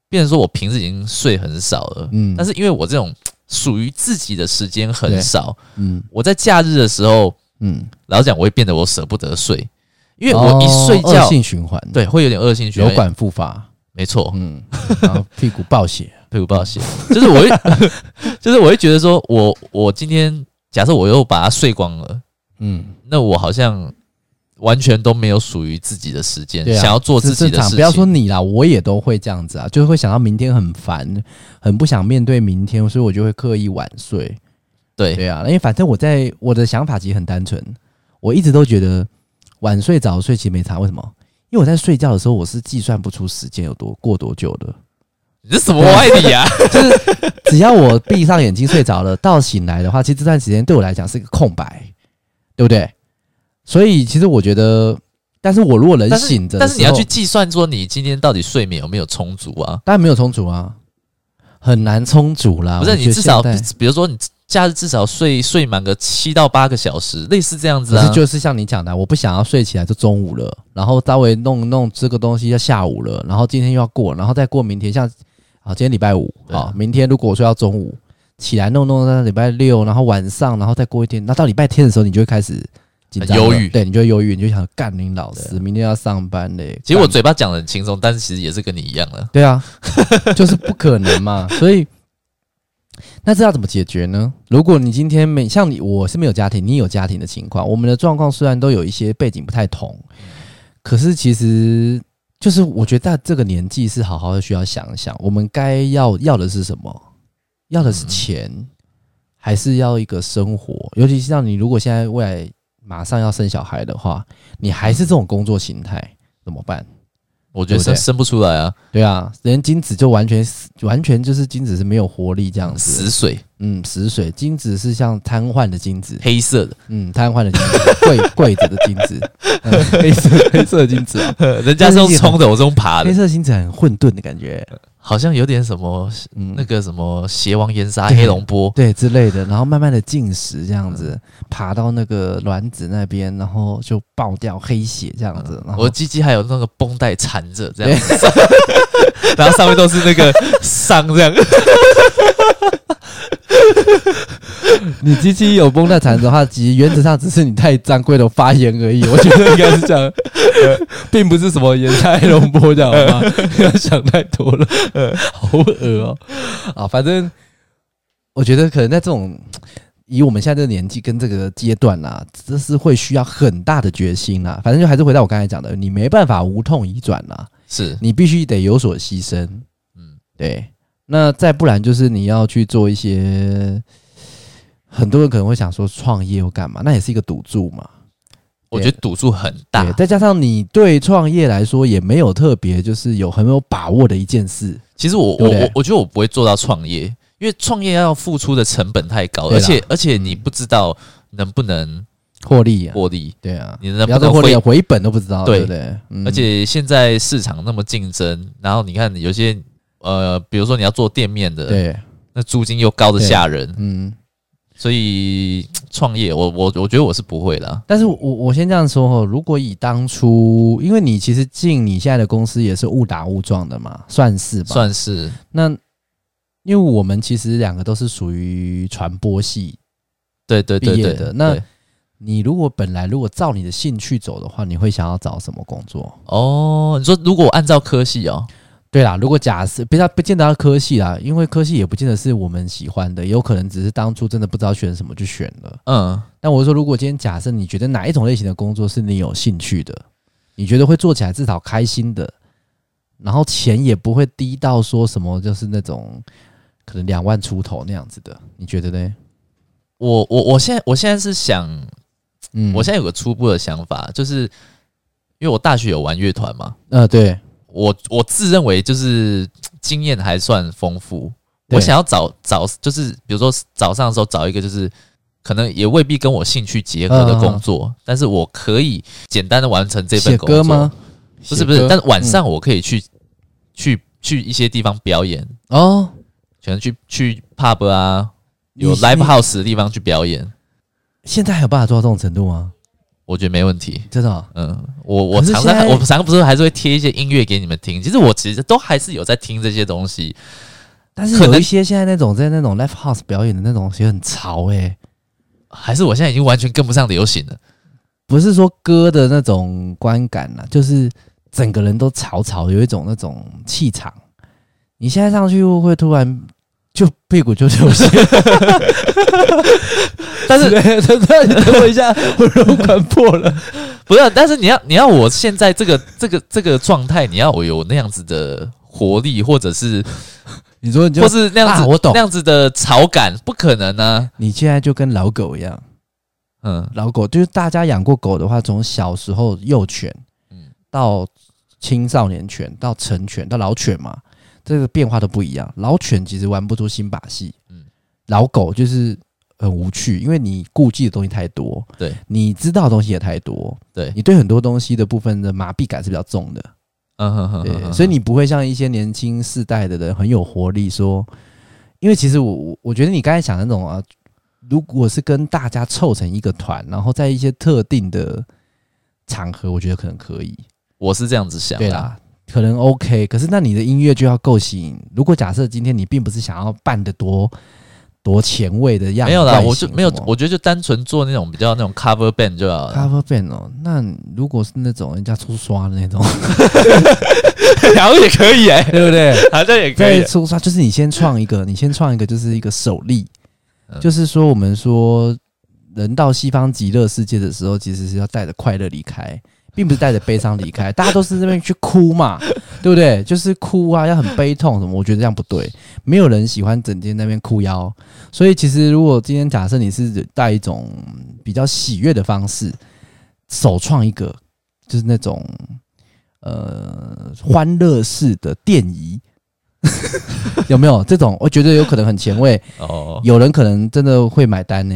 [SPEAKER 1] 变成说我平时已经睡很少了，
[SPEAKER 2] 嗯
[SPEAKER 1] 但是因为我这种属于自己的时间很少，
[SPEAKER 2] 嗯
[SPEAKER 1] 我在假日的时候，
[SPEAKER 2] 嗯，
[SPEAKER 1] 老实讲我会变得我舍不得睡，因为
[SPEAKER 2] 哦
[SPEAKER 1] 我一睡
[SPEAKER 2] 恶
[SPEAKER 1] 觉，
[SPEAKER 2] 性循环，，
[SPEAKER 1] 对，会有点恶性循
[SPEAKER 2] 流
[SPEAKER 1] 环，
[SPEAKER 2] 管复发，
[SPEAKER 1] 没错，
[SPEAKER 2] 嗯，然后屁股爆血，
[SPEAKER 1] 屁股不好写，就是我会， 就是我会觉得说我我今天假设我又把它睡光了，
[SPEAKER 2] 嗯，
[SPEAKER 1] 那我好像。完全都没有属于自己的时间，
[SPEAKER 2] 对啊
[SPEAKER 1] 想要做自
[SPEAKER 2] 是
[SPEAKER 1] 己
[SPEAKER 2] 正
[SPEAKER 1] 的事
[SPEAKER 2] 常，
[SPEAKER 1] 情。
[SPEAKER 2] 不要说你啦，我也都会这样子啊，就是会想到明天很烦，很不想面对明天，所以我就会刻意晚睡。
[SPEAKER 1] 对，
[SPEAKER 2] 对啊，因为反正我在我的想法其实很单纯，我一直都觉得晚睡早睡其实没差，为什么？因为我在睡觉的时候，我是计算不出时间有多过多久的。
[SPEAKER 1] 你这什么歪理啊？
[SPEAKER 2] 就是 只要我闭上眼睛睡着了，到醒来的话，其实这段时间对我来讲是一个空白，对不对？所以其实我觉得，但是我如果能
[SPEAKER 1] 但是
[SPEAKER 2] 醒着的
[SPEAKER 1] 但
[SPEAKER 2] 时
[SPEAKER 1] 是
[SPEAKER 2] 候，
[SPEAKER 1] 你要去计算说你今天到底睡眠有没有充足啊？
[SPEAKER 2] 当然没有充足啊，很难充足啦。
[SPEAKER 1] 不是
[SPEAKER 2] 啊我觉
[SPEAKER 1] 你
[SPEAKER 2] 得
[SPEAKER 1] 至少，
[SPEAKER 2] 现在
[SPEAKER 1] 比如说你假日至少睡睡满个七到八个小时，类似这样子
[SPEAKER 2] 可
[SPEAKER 1] 啊
[SPEAKER 2] 是。就是像你讲的，我不想要睡起来就中午了，然后稍微弄一弄这个东西要下午了，然后今天又要过，然后再过明天，像啊今天礼拜五，
[SPEAKER 1] 对啊
[SPEAKER 2] 好，明天如果我睡到中午起来弄弄到礼拜六，然后晚上，然后再过一天，那到礼拜天的时候你就会开始紧张了
[SPEAKER 1] 很忧郁
[SPEAKER 2] 对，你就会忧郁，你就想干你老师，
[SPEAKER 1] 对啊
[SPEAKER 2] 明天要上班嘞。
[SPEAKER 1] 其实我
[SPEAKER 2] 干
[SPEAKER 1] 嘴巴讲的很轻松，但是其实也是跟你一样的。
[SPEAKER 2] 对啊，就是不可能嘛。所以，那这要怎么解决呢？如果你今天没像你，我是没有家庭，你有家庭的情况，我们的状况虽然都有一些背景不太同，可是其实就是我觉得在这个年纪是好好的需要想一想，我们该要要的是什么？要的是
[SPEAKER 1] 嗯
[SPEAKER 2] 钱，还是要一个生活？尤其是像你，如果现在未来马上要生小孩的话，你还是这种工作形态怎么办？
[SPEAKER 1] 我觉得
[SPEAKER 2] 对
[SPEAKER 1] 生
[SPEAKER 2] 不对
[SPEAKER 1] 生不出来啊，
[SPEAKER 2] 对啊，人精子就完全死完全就是精子是没有活力这样子，
[SPEAKER 1] 死水
[SPEAKER 2] 嗯，死水精子是像瘫痪的精子，
[SPEAKER 1] 黑色 的，
[SPEAKER 2] 嗯，瘫痪的精子，跪跪着的精子，嗯、 黑色黑色的精子、啊，
[SPEAKER 1] 人家是用冲的，我是用爬
[SPEAKER 2] 黑
[SPEAKER 1] 的，
[SPEAKER 2] 色的精子很混沌的感觉，
[SPEAKER 1] 好像有点什么
[SPEAKER 2] 嗯，
[SPEAKER 1] 那个什么邪王烟杀、
[SPEAKER 2] 对
[SPEAKER 1] 黑龙波，
[SPEAKER 2] 对之类的，然后慢慢的进食这样子，
[SPEAKER 1] 嗯
[SPEAKER 2] 爬到那个卵子那边，然后就爆掉黑血这样子，然后
[SPEAKER 1] 我鸡鸡还有那个绷带缠着这样子， 然后上面都是那个伤 这样。
[SPEAKER 2] 你鸡鸡有绷带缠着的话，其实原则上只是你太张贵的发炎而已。我觉得应该是这样，呃并不是什么炎太龙波这样好吗？ 不要想太多了，好恶哦、啊，反正我觉得可能在这种以我们现在这个年纪跟这个阶段啦、这是会需要很大的决心啦、反正就还是回到我刚才讲的，你没办法无痛移转啊啦、
[SPEAKER 1] 是，
[SPEAKER 2] 你必须得有所牺牲。
[SPEAKER 1] 嗯，
[SPEAKER 2] 对，那再不然就是你要去做一些，很多人可能会想说创业又干嘛？那也是一个赌注嘛。
[SPEAKER 1] 我觉得赌注很大
[SPEAKER 2] 对，。再加上你对创业来说也没有特别，就是有很有把握的一件事。
[SPEAKER 1] 其实我
[SPEAKER 2] 对
[SPEAKER 1] 我
[SPEAKER 2] 不对
[SPEAKER 1] 我我觉得我不会做到创业，因为创业要付出的成本太高，
[SPEAKER 2] 对
[SPEAKER 1] 而
[SPEAKER 2] 啦
[SPEAKER 1] 且而且你不知道能不能
[SPEAKER 2] 获利、啊，
[SPEAKER 1] 获利，
[SPEAKER 2] 对啊，
[SPEAKER 1] 你能
[SPEAKER 2] 不
[SPEAKER 1] 不
[SPEAKER 2] 要说
[SPEAKER 1] 能
[SPEAKER 2] 获利
[SPEAKER 1] 回
[SPEAKER 2] 啊，回本都不知道，
[SPEAKER 1] 对
[SPEAKER 2] 对不对？嗯
[SPEAKER 1] 而且现在市场那么竞争，然后你看有些呃，比如说你要做店面的，
[SPEAKER 2] 对，
[SPEAKER 1] 那租金又高的吓人，
[SPEAKER 2] 嗯。
[SPEAKER 1] 所以创业我我我觉得我是不会啦。
[SPEAKER 2] 但是我我我先这样说哦，如果以当初，因为你其实进你现在的公司也是误打误撞的嘛，算是吧，
[SPEAKER 1] 算是
[SPEAKER 2] 那因为我们其实两个都是属于传播系，
[SPEAKER 1] 对对对
[SPEAKER 2] 毕业
[SPEAKER 1] 对
[SPEAKER 2] 的那
[SPEAKER 1] 对
[SPEAKER 2] 你如果本来如果照你的兴趣走的话，你会想要找什么工作？
[SPEAKER 1] 哦，你说如果我按照科系哦，
[SPEAKER 2] 对啦，如果假设不要不见得要科系啦，因为科系也不见得是我们喜欢的，也有可能只是当初真的不知道选什么就选了。
[SPEAKER 1] 嗯，
[SPEAKER 2] 但我是说，如果今天假设你觉得哪一种类型的工作是你有兴趣的，你觉得会做起来至少开心的，然后钱也不会低到说什么就是那种可能两万出头那样子的，你觉得呢？
[SPEAKER 1] 我我我现在我现在是想，
[SPEAKER 2] 嗯
[SPEAKER 1] 我现在有个初步的想法，就是因为我大学有玩乐团嘛，
[SPEAKER 2] 呃对，
[SPEAKER 1] 我我自认为就是经验还算丰富。
[SPEAKER 2] 对
[SPEAKER 1] 我想要找找就是比如说早上的时候找一个就是可能也未必跟我兴趣结合的
[SPEAKER 2] 嗯
[SPEAKER 1] 工作，但是我可以简单的完成这份
[SPEAKER 2] 写
[SPEAKER 1] 工作。
[SPEAKER 2] 歌吗？
[SPEAKER 1] 不是不
[SPEAKER 2] 写
[SPEAKER 1] 是，
[SPEAKER 2] 歌嗯
[SPEAKER 1] 但晚上我可以去、去去一些地方表演，
[SPEAKER 2] 哦，
[SPEAKER 1] 可能去去 pub 啊，
[SPEAKER 2] 你
[SPEAKER 1] 有 live
[SPEAKER 2] 你
[SPEAKER 1] house 的地方去表演，
[SPEAKER 2] 现在还有办法做到这种程度吗？
[SPEAKER 1] 我觉得没问题。
[SPEAKER 2] 真的哦、
[SPEAKER 1] 嗯，我我
[SPEAKER 2] 可是
[SPEAKER 1] 常
[SPEAKER 2] 现在
[SPEAKER 1] 常我常常不是还是会贴一些音乐给你们听，其实我其实都还是有在听这些东西，
[SPEAKER 2] 但是
[SPEAKER 1] 可
[SPEAKER 2] 有
[SPEAKER 1] 能
[SPEAKER 2] 一些现在那种在那种 live house 表演的那种也很潮哎、
[SPEAKER 1] 还是我现在已经完全跟不上流行了。
[SPEAKER 2] 不是说歌的那种观感啦，就是整个人都潮潮，有一种那种气场。你现在上去会突然就屁股就流血，但是等我一下，我柔管破了。
[SPEAKER 1] 不是啊，但是你要你要我现在这个这个这个状态，你要我有那样子的活力，或者是
[SPEAKER 2] 你说你就
[SPEAKER 1] 或是那样子、
[SPEAKER 2] 啊我懂
[SPEAKER 1] 那样子的潮感，不可能呢、
[SPEAKER 2] 你现在就跟老狗一样，
[SPEAKER 1] 嗯，
[SPEAKER 2] 老狗，就是大家养过狗的话，从小时候幼犬，
[SPEAKER 1] 嗯
[SPEAKER 2] 到青少年犬，到成犬，到老犬嘛，这个变化都不一样。老犬其实玩不出新把戏，
[SPEAKER 1] 嗯
[SPEAKER 2] 嗯，老狗就是很无趣，因为你顾忌的东西太多，
[SPEAKER 1] 对，
[SPEAKER 2] 你知道的东西也太多，
[SPEAKER 1] 对
[SPEAKER 2] 你对很多东西的部分的麻痹感是比较重的，
[SPEAKER 1] 嗯哼哼哼
[SPEAKER 2] 对，
[SPEAKER 1] 哼，
[SPEAKER 2] 所以你不会像一些年轻世代的人很有活力说，因为其实我我我觉得你刚才想的那种啊，如果是跟大家凑成一个团，然后在一些特定的场合，我觉得可能可以，
[SPEAKER 1] 我是这样子想
[SPEAKER 2] 对
[SPEAKER 1] 啦，
[SPEAKER 2] 啦，可能 OK。可是那你的音乐就要够吸引。如果假设今天你并不是想要办的多多前卫的样子，
[SPEAKER 1] 没有啦，
[SPEAKER 2] 外
[SPEAKER 1] 我就
[SPEAKER 2] 形
[SPEAKER 1] 没有
[SPEAKER 2] 什，么
[SPEAKER 1] 我觉得就单纯做那种比较那种 cover band 就好 了。
[SPEAKER 2] cover band 哦，那如果是那种人家出刷的那种，
[SPEAKER 1] 然后也可以哎、
[SPEAKER 2] 对不对？
[SPEAKER 1] 好像也
[SPEAKER 2] 在出刷，就是你先创一个， 你先创一个，就是一个首例，
[SPEAKER 1] 嗯
[SPEAKER 2] 就是说我们说人到西方极乐世界的时候，其实是要带着快乐离开，并不是带着悲伤离开。 大家都是这边去哭嘛， 对不对？就是哭啊，要很悲痛什么，我觉得这样不对，没有人喜欢整天在那边哭腰。所以其实如果今天假设你是带一种比较喜悦的方式，首创一个就是那种。呃，欢乐式的电仪，有没有这种？我觉得有可能很前卫，
[SPEAKER 1] 哦，
[SPEAKER 2] 有人可能真的会买单呢、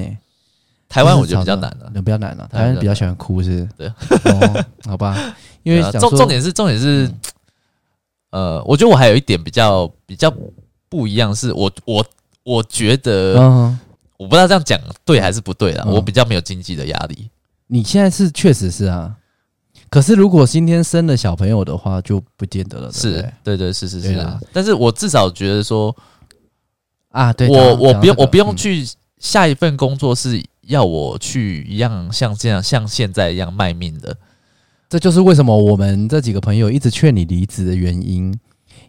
[SPEAKER 1] 台湾我觉得比较难了、
[SPEAKER 2] 那比较难了、啊
[SPEAKER 1] 台
[SPEAKER 2] 台
[SPEAKER 1] 湾
[SPEAKER 2] 湾比较喜欢哭是不是？哦，好吧，因为
[SPEAKER 1] 对啊
[SPEAKER 2] 想
[SPEAKER 1] 重
[SPEAKER 2] 说嗯
[SPEAKER 1] 重点是重点是，呃，我觉得我还有一点比较比较不一样，是我我我觉得、
[SPEAKER 2] 嗯，
[SPEAKER 1] 我不知道这样讲对还是不对啦，
[SPEAKER 2] 嗯
[SPEAKER 1] 我比较没有经济的压力。
[SPEAKER 2] 你现在是确实是啊，可是如果今天生了小朋友的话，就不见得了，对
[SPEAKER 1] 是
[SPEAKER 2] 不对
[SPEAKER 1] 对对是是是
[SPEAKER 2] 对
[SPEAKER 1] 啊
[SPEAKER 2] 啦，
[SPEAKER 1] 但是我至少觉得说，
[SPEAKER 2] 啊，对，
[SPEAKER 1] 我我不用我不用
[SPEAKER 2] 去。嗯
[SPEAKER 1] 去下一份工作是要我去一样像这样像现在一样卖命的，
[SPEAKER 2] 这就是为什么我们这几个朋友一直劝你离职的原因，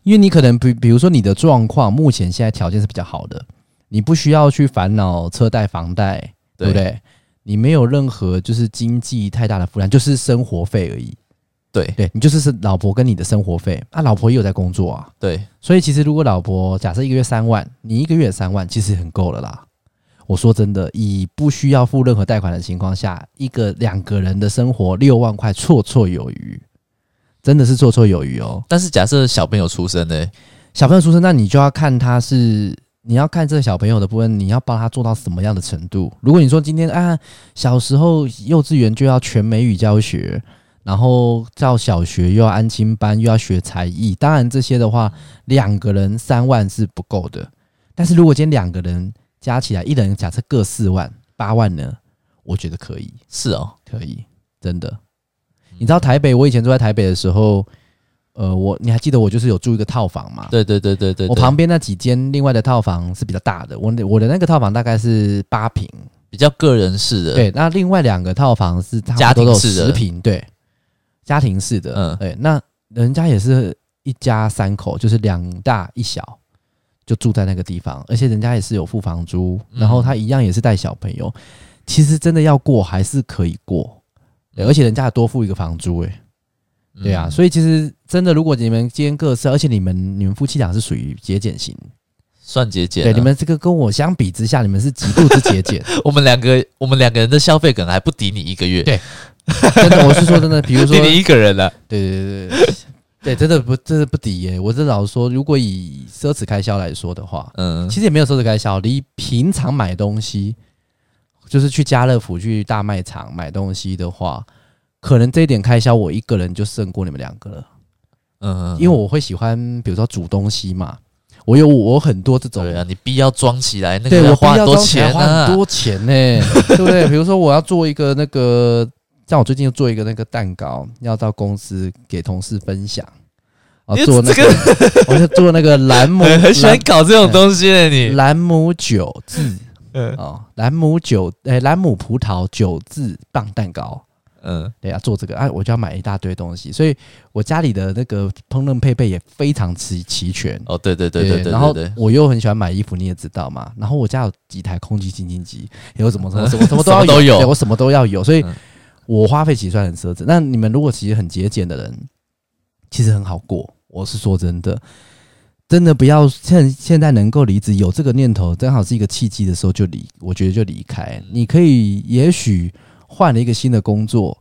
[SPEAKER 2] 因为你可能比比如说你的状况，目前现在条件是比较好的，你不需要去烦恼车贷、房贷，对不对？你没有任何就是经济太大的负担，就是生活费而已。
[SPEAKER 1] 对
[SPEAKER 2] 对你就是是老婆跟你的生活费，啊，老婆也有在工作啊，
[SPEAKER 1] 对，
[SPEAKER 2] 所以其实如果老婆假设一个月三万，你一个月三万其实很够了啦。我说真的，以不需要付任何贷款的情况下，一个两个人的生活六万块绰绰有余，真的是绰绰有余哦。
[SPEAKER 1] 但是假设小朋友出生呢、
[SPEAKER 2] 小朋友出生，那你就要看他是，你要看这个小朋友的部分，你要帮他做到什么样的程度。如果你说今天啊，小时候幼稚园就要全美语教学，然后到小学又要安亲班，又要学才艺，当然这些的话，两个人三万是不够的。但是如果今天两个人加起来，一人假设各四万、八万呢，我觉得可以。
[SPEAKER 1] 是哦，
[SPEAKER 2] 可以，真的。你知道台北，我以前住在台北的时候，呃，我你还记得我就是有住一个套房嘛？
[SPEAKER 1] 对对对对对，
[SPEAKER 2] 啊我
[SPEAKER 1] 对
[SPEAKER 2] 旁边那几间另外的套房是比较大的，我那我的那个套房大概是八平，
[SPEAKER 1] 比较个人式的，，
[SPEAKER 2] 对，那另外两个套房是差
[SPEAKER 1] 家
[SPEAKER 2] 不多都
[SPEAKER 1] 庭
[SPEAKER 2] 有
[SPEAKER 1] 式的
[SPEAKER 2] 十平，对，家庭式的，
[SPEAKER 1] 嗯
[SPEAKER 2] 嗯，对，那人家也是一家三口，就是两大一小。就住在那个地方，而且人家也是有付房租，然后他一样也是带小朋友。其实真的要过还是可以过，
[SPEAKER 1] 嗯
[SPEAKER 2] 对而且人家还多付一个房租、欸，对啊，所以其实真的，如果你们今天各自，而且你们你们夫妻俩是属于节俭型，
[SPEAKER 1] 算节俭啊。
[SPEAKER 2] 对，你们这个跟我相比之下，你们是极度之节 俭。
[SPEAKER 1] 我们两个我们两个人的消费可能还不抵你一个月，
[SPEAKER 2] 对真的，我是说真的，比如说，
[SPEAKER 1] 抵你
[SPEAKER 2] 对
[SPEAKER 1] 一个人了。
[SPEAKER 2] 对对对，对，真的不，真的不抵耶、我真的老实说，如果以奢侈开销来说的话，
[SPEAKER 1] 嗯，
[SPEAKER 2] 其实也没有奢侈开销，离平常买东西，就是去家乐福、去大卖场买东西的话，可能这一点开销我一个人就胜过你们两个了。
[SPEAKER 1] 嗯，
[SPEAKER 2] 因为我会喜欢，比如说煮东西嘛，我有我有很多这种，
[SPEAKER 1] 对啊，你必要装起来，那
[SPEAKER 2] 对
[SPEAKER 1] 个
[SPEAKER 2] 我
[SPEAKER 1] 要
[SPEAKER 2] 必
[SPEAKER 1] 花很
[SPEAKER 2] 要
[SPEAKER 1] 多
[SPEAKER 2] 装起来
[SPEAKER 1] 钱
[SPEAKER 2] 花很
[SPEAKER 1] 啊。
[SPEAKER 2] 多钱呢、对不对？比如说我要做一个那个，像我最近又做一个那个蛋糕，要到公司给同事分享，啊，
[SPEAKER 1] 你
[SPEAKER 2] 做那
[SPEAKER 1] 这
[SPEAKER 2] 个，我就做那个兰姆，
[SPEAKER 1] 很很喜欢
[SPEAKER 2] 兰
[SPEAKER 1] 搞这种东西的你，
[SPEAKER 2] 兰姆酒渍
[SPEAKER 1] 嗯
[SPEAKER 2] 哦，兰姆酒，哎、兰姆葡萄酒渍棒蛋糕，
[SPEAKER 1] 嗯，
[SPEAKER 2] 对啊，做这个，哎、我就要买一大堆东西，所以我家里的那个烹饪配备也非常齐齐全。
[SPEAKER 1] 哦，对对对对对
[SPEAKER 2] 然后
[SPEAKER 1] 对对，
[SPEAKER 2] 我又很喜欢买衣服，你也知道嘛。然后我家有几台空气清净机，有什么什么
[SPEAKER 1] 嗯
[SPEAKER 2] 什么什么都
[SPEAKER 1] 什么
[SPEAKER 2] 要
[SPEAKER 1] 都有
[SPEAKER 2] 对我什么都要有，所以
[SPEAKER 1] 嗯
[SPEAKER 2] 我花费其实算很奢侈。那你们如果其实很节俭的人，其实很好过。我是说真的，真的不要趁现在能够离职，有这个念头，正好是一个契机的时候就离，
[SPEAKER 1] 嗯
[SPEAKER 2] 我觉得就离开。你可以也许换了一个新的工作，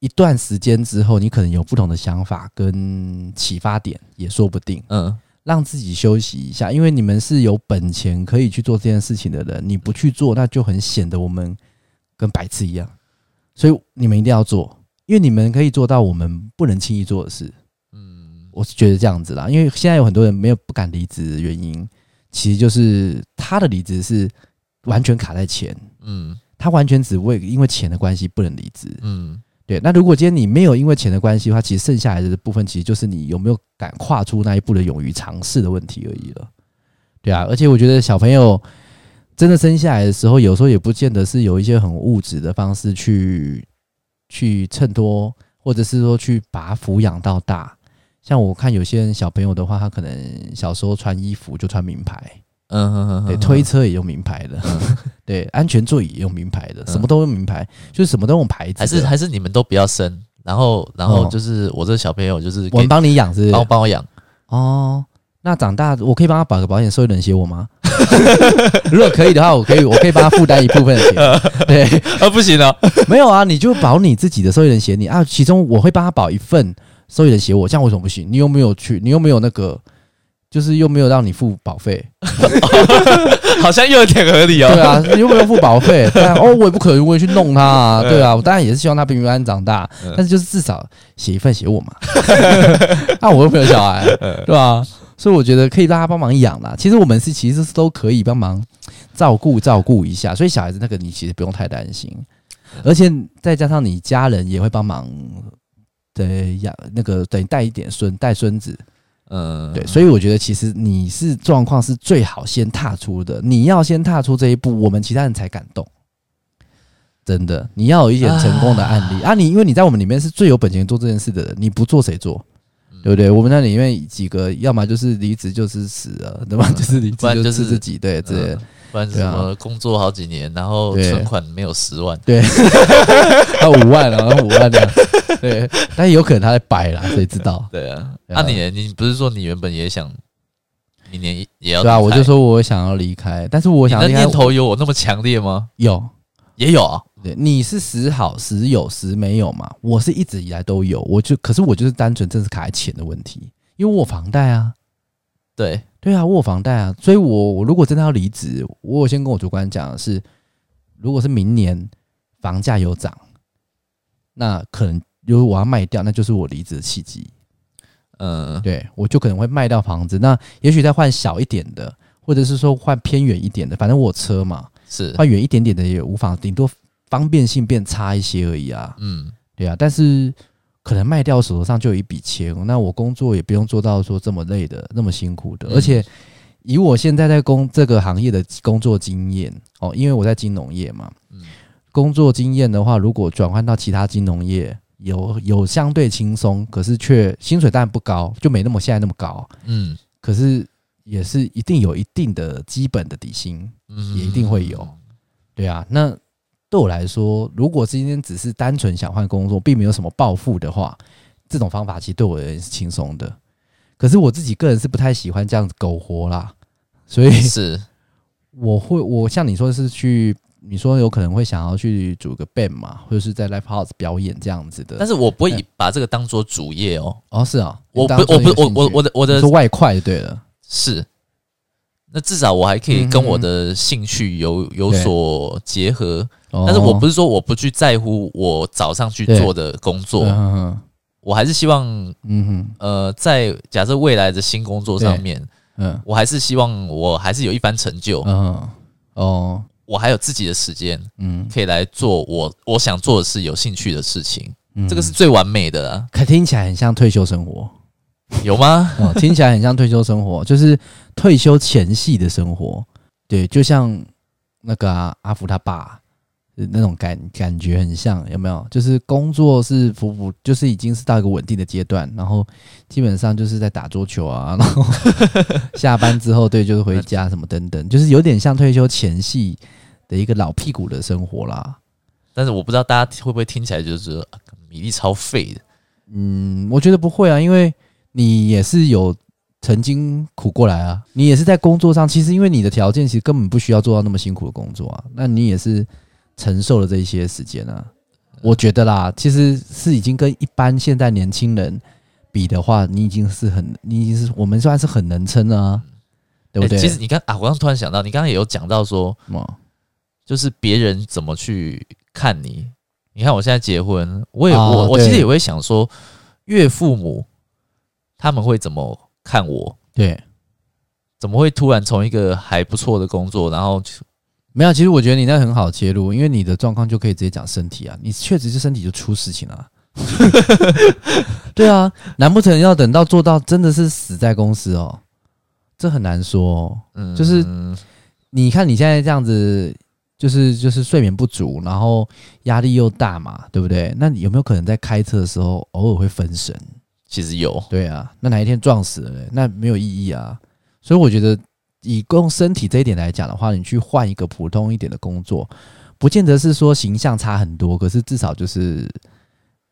[SPEAKER 2] 一段时间之后，你可能有不同的想法跟启发点，也说不定。
[SPEAKER 1] 嗯，
[SPEAKER 2] 让自己休息一下，因为你们是有本钱可以去做这件事情的人，你不去做，那就很显得我们跟白痴一样。所以你们一定要做，因为你们可以做到我们不能轻易做的事。嗯，我是觉得这样子啦，因为现在有很多人没有不敢离职的原因，其实就是他的离职是完全卡在钱，
[SPEAKER 1] 嗯
[SPEAKER 2] 他完全只为因为钱的关系不能离职。
[SPEAKER 1] 嗯
[SPEAKER 2] 对，那如果今天你没有因为钱的关系的话，其实剩下来的部分其实就是你有没有敢跨出那一步的勇于尝试的问题而已了。对啊，而且我觉得小朋友真的生下来的时候，有时候也不见得是有一些很物质的方式去去衬托，或者是说去把他抚养到大。像我看有些人小朋友的话，他可能小时候穿衣服就穿名牌，
[SPEAKER 1] 嗯哼哼，嗯
[SPEAKER 2] 对，
[SPEAKER 1] 哼
[SPEAKER 2] 推车也用名牌的， 对，安全座椅也用名牌的，什么都用名牌，就是什么都用牌子的。
[SPEAKER 1] 嗯还
[SPEAKER 2] 哦
[SPEAKER 1] 是还是你们都不要生，然后然后就是我这小朋友就是给
[SPEAKER 2] 我们帮你养，是不是
[SPEAKER 1] 帮帮我 养，
[SPEAKER 2] 哦，那长大我可以帮他保个保险，社会冷血我吗？ 如果可以的话，我可以，我可以帮他负担一部分的钱。对，
[SPEAKER 1] 啊不行啊，
[SPEAKER 2] 没有啊，你 就保你自己的受益人写你啊，其中我会帮他保一份受益人写我，这样为什么不行？你又没有去，你又没有那个，就是又没有让你付保费，
[SPEAKER 1] 好像又有点合理哦。
[SPEAKER 2] 对 啊，你又没有付保 费，当然哦，我也不可能我也去弄他啊， 对啊，我当然也是希望他平平安安长大，
[SPEAKER 1] 嗯
[SPEAKER 2] 但是就是至少写一份写 我嘛，那、我又没有小孩，对吧、所以我觉得可以让他帮忙养啦。其实我们是其实是都可以帮忙照顾照顾一下，所以小孩子那个你其实不用太担心，而且再加上你家人也会帮忙，对养那个等于带一点孙带孙子，
[SPEAKER 1] 嗯，
[SPEAKER 2] 对，所以我觉得其实你是状况是最好先踏出的，你要先踏出这一步，我们其他人才敢动。真的，你要有一点成功的案例啊！你因为你在我们里面是最有本钱做这件事的人，你不做谁做？
[SPEAKER 1] 嗯
[SPEAKER 2] 对不对？我们那里面几个，要么就是离职就是死了，对吧？就是离
[SPEAKER 1] 不然
[SPEAKER 2] 职
[SPEAKER 1] 就是
[SPEAKER 2] 是自己对之类的
[SPEAKER 1] 嗯不然是什么工作好几年，然后
[SPEAKER 2] 对
[SPEAKER 1] 存款没有十万，
[SPEAKER 2] 对， 啊五万啊五万这样，对，但有可能他在摆啦，谁知道？
[SPEAKER 1] 对啊。
[SPEAKER 2] 对
[SPEAKER 1] 那
[SPEAKER 2] 啊
[SPEAKER 1] 你呢你不是说你原本也想明年也要
[SPEAKER 2] 对啊，
[SPEAKER 1] 离
[SPEAKER 2] 我
[SPEAKER 1] 开
[SPEAKER 2] 就说我想要离开，但是我
[SPEAKER 1] 你
[SPEAKER 2] 想要
[SPEAKER 1] 的
[SPEAKER 2] 离开
[SPEAKER 1] 念头有我那么强烈吗？
[SPEAKER 2] 有，
[SPEAKER 1] 也有啊，
[SPEAKER 2] 对，你是时好时有时没有嘛？我是一直以来都有，我就可是我就是单纯，正是卡在钱的问题，因为我有房贷啊，
[SPEAKER 1] 对，
[SPEAKER 2] 对啊，我有房贷啊，所以我我如果真的要离职，我有先跟我主管讲的是，如果是明年房价有涨，那可能如果我要卖掉，那就是我离职的契机，
[SPEAKER 1] 嗯，
[SPEAKER 2] 对我就可能会卖掉房子，那也许再换小一点的，或者是说换偏远一点的，反正我有车嘛，
[SPEAKER 1] 是，
[SPEAKER 2] 换远一点点的也无妨，顶多方便性变差一些而已啊，
[SPEAKER 1] 嗯
[SPEAKER 2] 对啊，但是可能卖掉手头上就有一笔钱，那我工作也不用做到说这么累的、那么辛苦的，
[SPEAKER 1] 嗯
[SPEAKER 2] 而且以我现在在工这个行业的工作经验哦，因为我在金融业嘛，
[SPEAKER 1] 嗯
[SPEAKER 2] 工作经验的话，如果转换到其他金融业，有有相对轻松，可是却薪水当然不高，就没那么现在那么高，
[SPEAKER 1] 嗯
[SPEAKER 2] 可是也是一定有一定的基本的底薪，
[SPEAKER 1] 嗯，
[SPEAKER 2] 也一定会有对啊，那对我来说，如果今天只是单纯想换工作，并没有什么抱负的话，这种方法其实对我而言是轻松的。可是我自己个人是不太喜欢这样子苟活啦，所以
[SPEAKER 1] 是，
[SPEAKER 2] 我会，我像你说是去，你说有可能会想要去组个 band 嘛，或者是在 live house 表演这样子的。
[SPEAKER 1] 但
[SPEAKER 2] 是
[SPEAKER 1] 是我不会以把这个当做主业哦，
[SPEAKER 2] 哦，是啊，
[SPEAKER 1] 我不
[SPEAKER 2] 你当
[SPEAKER 1] 我
[SPEAKER 2] 做一
[SPEAKER 1] 不
[SPEAKER 2] 个
[SPEAKER 1] 我
[SPEAKER 2] 兴
[SPEAKER 1] 我
[SPEAKER 2] 趣
[SPEAKER 1] 我的我的
[SPEAKER 2] 你说外快就对了，
[SPEAKER 1] 是，那至少我还可以跟我的兴趣有有
[SPEAKER 2] 嗯对哦
[SPEAKER 1] 所结合，但是我不是说我不去在乎我早上去
[SPEAKER 2] 对
[SPEAKER 1] 做的工
[SPEAKER 2] 做，
[SPEAKER 1] 作，
[SPEAKER 2] 嗯
[SPEAKER 1] 我还是希望
[SPEAKER 2] 嗯哼
[SPEAKER 1] 呃，在假设未来的新工作上
[SPEAKER 2] 对
[SPEAKER 1] 面，
[SPEAKER 2] 嗯
[SPEAKER 1] 我还是希望我还是有一番成就，
[SPEAKER 2] 嗯嗯哦
[SPEAKER 1] 我还有自己的时间
[SPEAKER 2] 嗯，
[SPEAKER 1] 可以来做我我想做的事、有兴趣的事情，
[SPEAKER 2] 嗯
[SPEAKER 1] 这个是最完美的啦，
[SPEAKER 2] 可听起来很像退休生活。
[SPEAKER 1] 有吗？
[SPEAKER 2] 哦，听起来很像退休生活，就是退休前夕的生活。对，就像那个啊、阿福他爸呃那种感感觉很像，有没有？就是工作是服服，就是已经是到一个稳定的阶段，然后基本上就是在打桌球啊， 然后下班之后对，就是回家什么等等，就是有点像退休前夕的一个老屁股的生活啦。
[SPEAKER 1] 但是我不知道大家会不会听起来就是说啊米粒超废的，
[SPEAKER 2] 嗯，我觉得不会啊，因为你也是有曾经苦过来啊，你也是在工作上，其实因为你的条件其实根本不需要做到那么辛苦的工作啊，那你也是承受了这一些时间啊，我觉得啦，其实是已经跟一般现在年轻人比的话，你已经是很，你已经是我们算是很能撑啊，对不对？
[SPEAKER 1] 欸其实你刚啊，我刚突然想到，你刚刚也有讲到说，
[SPEAKER 2] 嗯
[SPEAKER 1] 就是别人怎么去看你。你看我现在结婚，我也、
[SPEAKER 2] 哦
[SPEAKER 1] 我我
[SPEAKER 2] 对
[SPEAKER 1] 其实也会想说，岳父母他们会怎么看我？
[SPEAKER 2] 对，
[SPEAKER 1] 怎么会突然从一个还不错的工作，然后就
[SPEAKER 2] 没有，其实我觉得你那很好切入，因为你的状况就可以直接讲身体啊，你确实是身体就出事情了、啊。 对啊，难不成要等到做到真的是死在公司哦？这很难说、哦。
[SPEAKER 1] 嗯，
[SPEAKER 2] 就是你看你现在这样子，就是就是睡眠不足，然后压力又大嘛，对不对？那你有没有可能在开车的时候偶尔会分神？
[SPEAKER 1] 其实有，
[SPEAKER 2] 对啊，那哪一天撞死了嘞，那没有意义啊。所以我觉得，以供身体这一点来讲的话，你去换一个普通一点的工作，不见得是说形象差很多，可是至少就是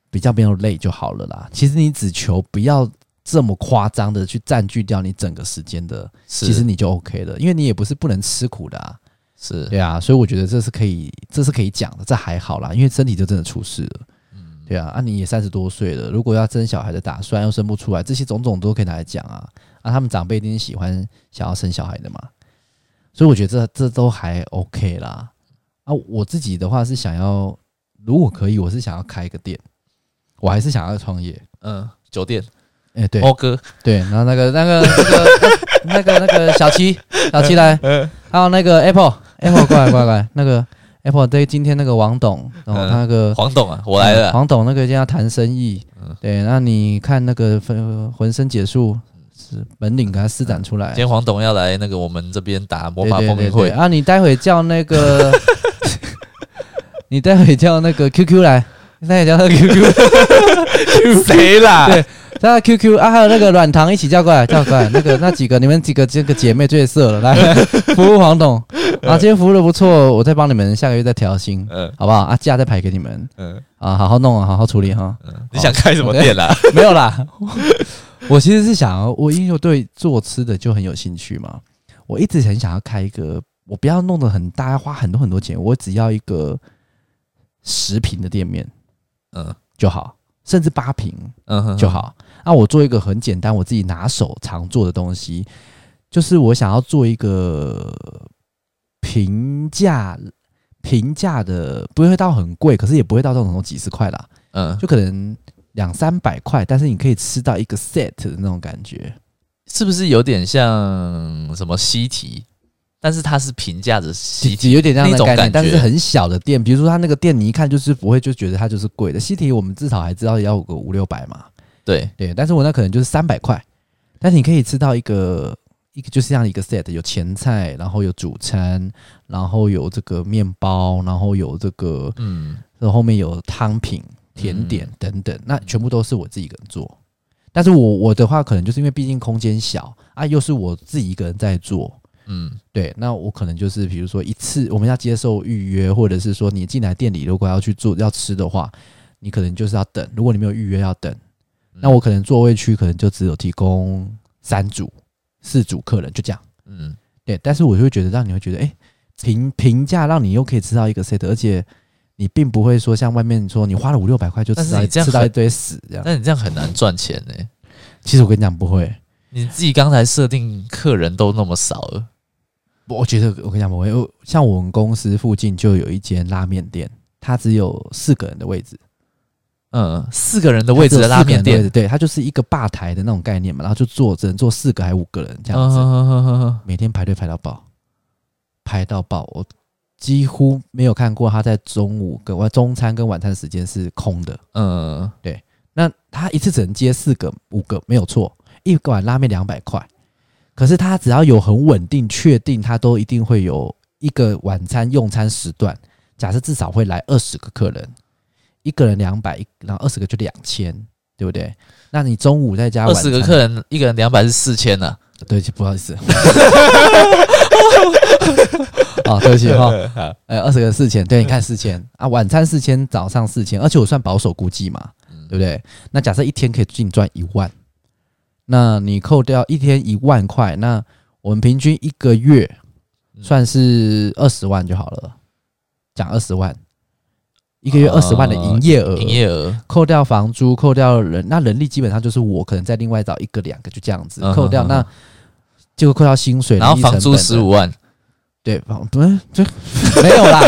[SPEAKER 2] 比较没有累就好了啦。其实你只求不要这么夸张的去占据掉你整个时间的，
[SPEAKER 1] 是
[SPEAKER 2] 其实你就 OK 了，因为你也不是不能吃苦的啊。
[SPEAKER 1] 是
[SPEAKER 2] 对啊，所以我觉得这是可以，这是可以讲的，这还好啦，因为身体就真的出事了。对啊，啊你也三十多岁了，如果要生小孩的打算又生不出来，这些种种都可以拿来讲啊。啊，他们长辈一定喜欢想要生小孩的嘛，所以我觉得这这都还 OK 啦。啊，我自己的话是想要，如果可以，我是想要开一个店，我还是想要创业。
[SPEAKER 1] 嗯，酒店
[SPEAKER 2] 哎、对，
[SPEAKER 1] 猫哥，
[SPEAKER 2] 对，然后那个那个那个那个那个 小七小七来，
[SPEAKER 1] 嗯
[SPEAKER 2] 还有那个 Apple Apple 过来过来过来，那个 Apple 对今天那个王董，然后
[SPEAKER 1] 嗯
[SPEAKER 2] 他那个
[SPEAKER 1] 黄董啊，我来嗯了啊，
[SPEAKER 2] 嗯黄董那个今天要谈生意，对，那你看那个分浑身解数是本领给他施展出来
[SPEAKER 1] 今，天黄董要来那个我们这边打魔法
[SPEAKER 2] 对
[SPEAKER 1] 风
[SPEAKER 2] 对
[SPEAKER 1] 云
[SPEAKER 2] 对
[SPEAKER 1] 会，
[SPEAKER 2] 对啊，你待会叫那 个你待会叫那个 QQ 来，你待会叫那个 QQ
[SPEAKER 1] 谁啦
[SPEAKER 2] 啊对那 QQ 啊，还有那个软糖一起叫过来，叫过来。那个那几个，你们几个这个姐妹最色了，来服务黄董啊，今天服务的不错，我再帮你们下个月再调薪，
[SPEAKER 1] 嗯
[SPEAKER 2] 好不好？啊，假再排给你们
[SPEAKER 1] 嗯
[SPEAKER 2] 啊，好好弄啊，好好处理哈。
[SPEAKER 1] 嗯，你想开什么店啦？
[SPEAKER 2] 没有啦，我其实是想要，我因为我对做吃的就很有兴趣嘛，我一直很想要开一个，我不要弄得很大，要花很多很多钱，我只要一个十平的店面
[SPEAKER 1] 嗯
[SPEAKER 2] 就好，甚至八平。
[SPEAKER 1] 嗯哼，
[SPEAKER 2] 就好。那、我做一个很简单，我自己拿手常做的东西，就是我想要做一个平价平价的，不会到很贵，可是也不会到这种几十块啦，
[SPEAKER 1] 嗯，
[SPEAKER 2] 就可能两三百块，但是你可以吃到一个 set 的那种感觉。
[SPEAKER 1] 是不是有点像什么西提？但是它是平价的西
[SPEAKER 2] 就
[SPEAKER 1] 提，
[SPEAKER 2] 有点这样
[SPEAKER 1] 那
[SPEAKER 2] 的
[SPEAKER 1] 种
[SPEAKER 2] 概念，
[SPEAKER 1] 感
[SPEAKER 2] 但是
[SPEAKER 1] 觉
[SPEAKER 2] 很小的店，比如说他那个店，你一看就是不会就觉得它就是贵的。西提我们至少还知道要有个五六百嘛，
[SPEAKER 1] 对，
[SPEAKER 2] 对，但是我那可能就是三百块，但是你可以吃到一个一个就是这样的一个 set，有前菜，然后有主餐，然后有这个面包，然后有这个，
[SPEAKER 1] 嗯，
[SPEAKER 2] 然后后面有汤品、甜点等等，那全部都是我自己一个人做。但是我我的话，可能就是因为毕竟空间小啊，又是我自己一个人在做，
[SPEAKER 1] 嗯，
[SPEAKER 2] 对，那我可能就是比如说一次我们要接受预约，或者是说你进来店里如果要去做要吃的话，你可能就是要等，如果你没有预约要等，
[SPEAKER 1] 嗯
[SPEAKER 2] 那我可能座位区可能就只有提供三组、四组客人，就这样。
[SPEAKER 1] 嗯，
[SPEAKER 2] 对，但是我就会觉得让你会觉得，哎、平平价让你又可以吃到一个 set，而且你并不会说像外面说你花了五六百块就吃
[SPEAKER 1] 但是
[SPEAKER 2] 到
[SPEAKER 1] 你这样
[SPEAKER 2] 吃到
[SPEAKER 1] 很
[SPEAKER 2] 一堆屎这样。
[SPEAKER 1] 但你这样很难赚钱呢、
[SPEAKER 2] 其实我跟你讲不会，
[SPEAKER 1] 你自己刚才设定客人都那么少了，
[SPEAKER 2] 我觉得我跟你讲不会，我像我们公司附近就有一间拉面店，它只有四个人的位置。
[SPEAKER 1] 嗯，四个人的位置的拉面
[SPEAKER 2] 它只有四个人的
[SPEAKER 1] 店
[SPEAKER 2] 位置，对，它就是一个吧台的那种概念嘛，然后就坐只能坐四个还五个人这样子，
[SPEAKER 1] 嗯哼哼哼
[SPEAKER 2] 每天排队排到爆，排到爆，我几乎没有看过他在中午跟晚中餐跟晚餐时间是空的，
[SPEAKER 1] 嗯，
[SPEAKER 2] 那他一次只能接四个五个没有错，一碗拉面两百块，可是他只要有很稳定确定，他都一定会有一个晚餐用餐时段，假设至少会来二十个客人，一个人两百，然后二十个就两千，对不对？那你中午再加
[SPEAKER 1] 二
[SPEAKER 2] 晚餐
[SPEAKER 1] 十个客人，一个人两百是四千呢。
[SPEAKER 2] 对不起，不好意思。啊，对不起哈，
[SPEAKER 1] 哦
[SPEAKER 2] 呃，二十个四千，对，
[SPEAKER 1] 嗯
[SPEAKER 2] 你看四千啊，晚餐四千，早上四千，而且我算保守估计嘛，
[SPEAKER 1] 嗯
[SPEAKER 2] 对不对？那假设一天可以净赚一万，那你扣掉一天一万块，那我们平均一个月
[SPEAKER 1] 嗯
[SPEAKER 2] 算是二十万就好了，讲二十万，一个月
[SPEAKER 1] 啊
[SPEAKER 2] 二十万的营业额，
[SPEAKER 1] 营业额，
[SPEAKER 2] 扣掉房租，扣掉人，那人力基本上就是我可能再另外找一个两个就这样子
[SPEAKER 1] 嗯
[SPEAKER 2] 扣掉，
[SPEAKER 1] 嗯嗯
[SPEAKER 2] 那结果扣掉薪水，
[SPEAKER 1] 然后
[SPEAKER 2] 人力成
[SPEAKER 1] 房租
[SPEAKER 2] 本
[SPEAKER 1] 十五，万，
[SPEAKER 2] 对，房不是这 没有啦，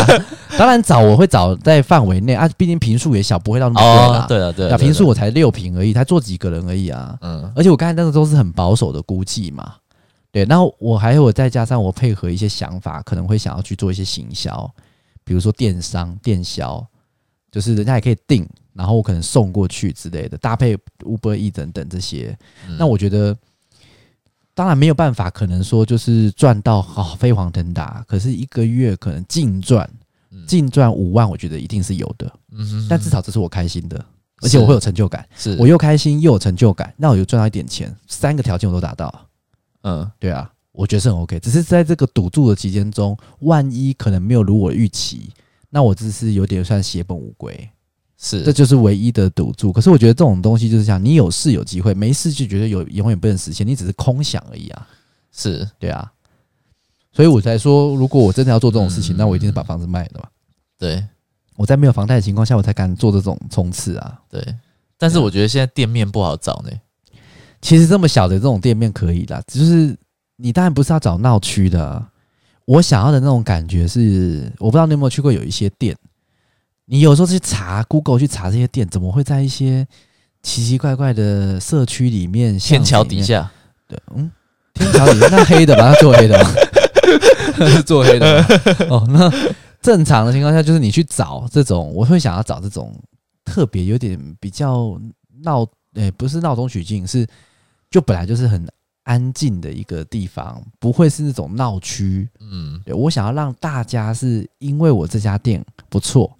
[SPEAKER 2] 当然找我会找在范围内啊，毕竟平数也小，不会到那么贵
[SPEAKER 1] 哦
[SPEAKER 2] 啦，，
[SPEAKER 1] 对了对
[SPEAKER 2] 啊
[SPEAKER 1] 了，
[SPEAKER 2] 平数
[SPEAKER 1] 对了，
[SPEAKER 2] 我才六平而已，才坐几个人而已啊，
[SPEAKER 1] 嗯，
[SPEAKER 2] 而且我刚才那个都是很保守的估计嘛，对，然后我还有再加上我配合一些想法，可能会想要去做一些行销，比如说电商、电销，就是人家也可以订，然后我可能送过去之类的，搭配 Uber E 等等这些。
[SPEAKER 1] 嗯
[SPEAKER 2] 那我觉得，当然没有办法，可能说就是赚到好、飞黄腾达，可是一个月可能净赚
[SPEAKER 1] 嗯
[SPEAKER 2] 净赚五万，我觉得一定是有的。
[SPEAKER 1] 嗯哼
[SPEAKER 2] 但至少这是我开心的，而且我会有成就感。
[SPEAKER 1] 是
[SPEAKER 2] 我又开心又有成就感，那我又赚到一点钱，三个条件我都达到了，
[SPEAKER 1] 嗯
[SPEAKER 2] 对啊，我觉得是很 OK。只是在这个赌注的期间中，万一可能没有如我预期，那我只是有点算血本无归，这
[SPEAKER 1] 是
[SPEAKER 2] 就是唯一的赌注。可是我觉得这种东西就是这样，你有事有机会，没事就觉得有永远不能实现，你只是空想而已啊，
[SPEAKER 1] 是
[SPEAKER 2] 对啊。所以我才说，如果我真的要做这种事情，
[SPEAKER 1] 嗯
[SPEAKER 2] 那我一定是把房子卖了嘛。
[SPEAKER 1] 对
[SPEAKER 2] 我在没有房贷的情况下，我才敢做这种冲刺啊。
[SPEAKER 1] 对，但是
[SPEAKER 2] 对啊
[SPEAKER 1] 我觉得现在店面不好找呢，
[SPEAKER 2] 其实这么小的这种店面可以啦，就是你当然不是要找闹区的啊、我想要的那种感觉是，我不知道你有没有去过有一些店，你有时候去查 Google 去查这些店，怎么会在一些奇奇怪怪的社区里面、
[SPEAKER 1] 天桥
[SPEAKER 2] 巷子里
[SPEAKER 1] 底
[SPEAKER 2] 面？
[SPEAKER 1] 下，
[SPEAKER 2] 对，嗯，天桥底下那黑的吧，那做黑的吧，那是 做黑的吧 哦。那正常的情况下，就是你去找这种，我会想要找这种特别有点比较闹，诶、不是闹中取静，是就本来就是很安静的一个地方，不会是那种闹区。
[SPEAKER 1] 嗯
[SPEAKER 2] 对我想要让大家是因为我这家店不错、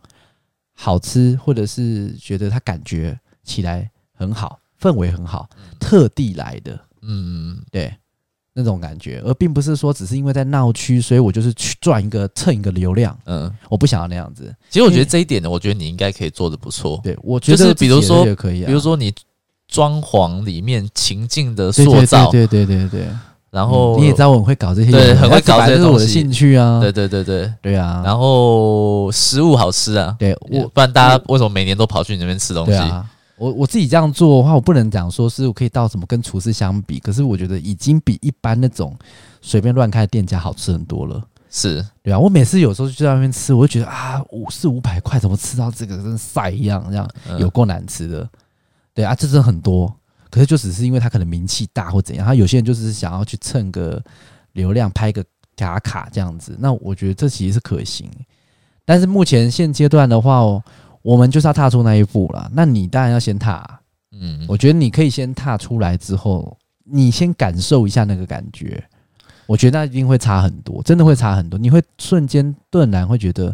[SPEAKER 2] 好吃，或者是觉得它感觉起来很好，氛围很好，特地来的。
[SPEAKER 1] 嗯，
[SPEAKER 2] 对，那种感觉，而并不是说只是因为在闹区，所以我就是去赚一个蹭一个流量，
[SPEAKER 1] 嗯，
[SPEAKER 2] 我不想要那样子。
[SPEAKER 1] 其实我觉
[SPEAKER 2] 因
[SPEAKER 1] 得
[SPEAKER 2] 为
[SPEAKER 1] 这一点呢，我觉得你应该可以做的不错。
[SPEAKER 2] 对我觉得
[SPEAKER 1] 就是
[SPEAKER 2] 自己
[SPEAKER 1] 比如
[SPEAKER 2] 也
[SPEAKER 1] 说
[SPEAKER 2] 觉得可以、啊，
[SPEAKER 1] 比如说你装潢里面情境的
[SPEAKER 2] 对
[SPEAKER 1] 塑造，
[SPEAKER 2] 对对对对对对。
[SPEAKER 1] 然后、
[SPEAKER 2] 嗯你也知道我很会搞这些有
[SPEAKER 1] 对
[SPEAKER 2] 的没的，
[SPEAKER 1] 很会搞
[SPEAKER 2] 但
[SPEAKER 1] 这些
[SPEAKER 2] 是本来就是我
[SPEAKER 1] 东
[SPEAKER 2] 的
[SPEAKER 1] 西
[SPEAKER 2] 兴趣啊。
[SPEAKER 1] 对对对对，
[SPEAKER 2] 对啊，
[SPEAKER 1] 然后食物好吃啊，
[SPEAKER 2] 对我
[SPEAKER 1] 不然大家为什么每年都跑去你那边吃东西？
[SPEAKER 2] 对啊。我我自己这样做的话，我不能讲说是我可以到什么跟厨师相比，可是我觉得已经比一般那种随便乱开的店家好吃很多了。
[SPEAKER 1] 是，
[SPEAKER 2] 对啊，我每次有时候去在外面吃，我就觉得啊，五四五百块怎么吃到这个跟晒一样，这样
[SPEAKER 1] 嗯
[SPEAKER 2] 有够难吃的。对啊，这真的很多，可是就只是因为他可能名气大或怎样，他有些人就是想要去蹭个流量，拍个打卡这样子。那我觉得这其实是可行，但是目前现阶段的话、哦，我们就是要踏出那一步了。那你当然要先踏啊，
[SPEAKER 1] 嗯，
[SPEAKER 2] 我觉得你可以先踏出来之后，你先感受一下那个感觉，我觉得那一定会差很多，真的会差很多。你会瞬间顿然会觉得，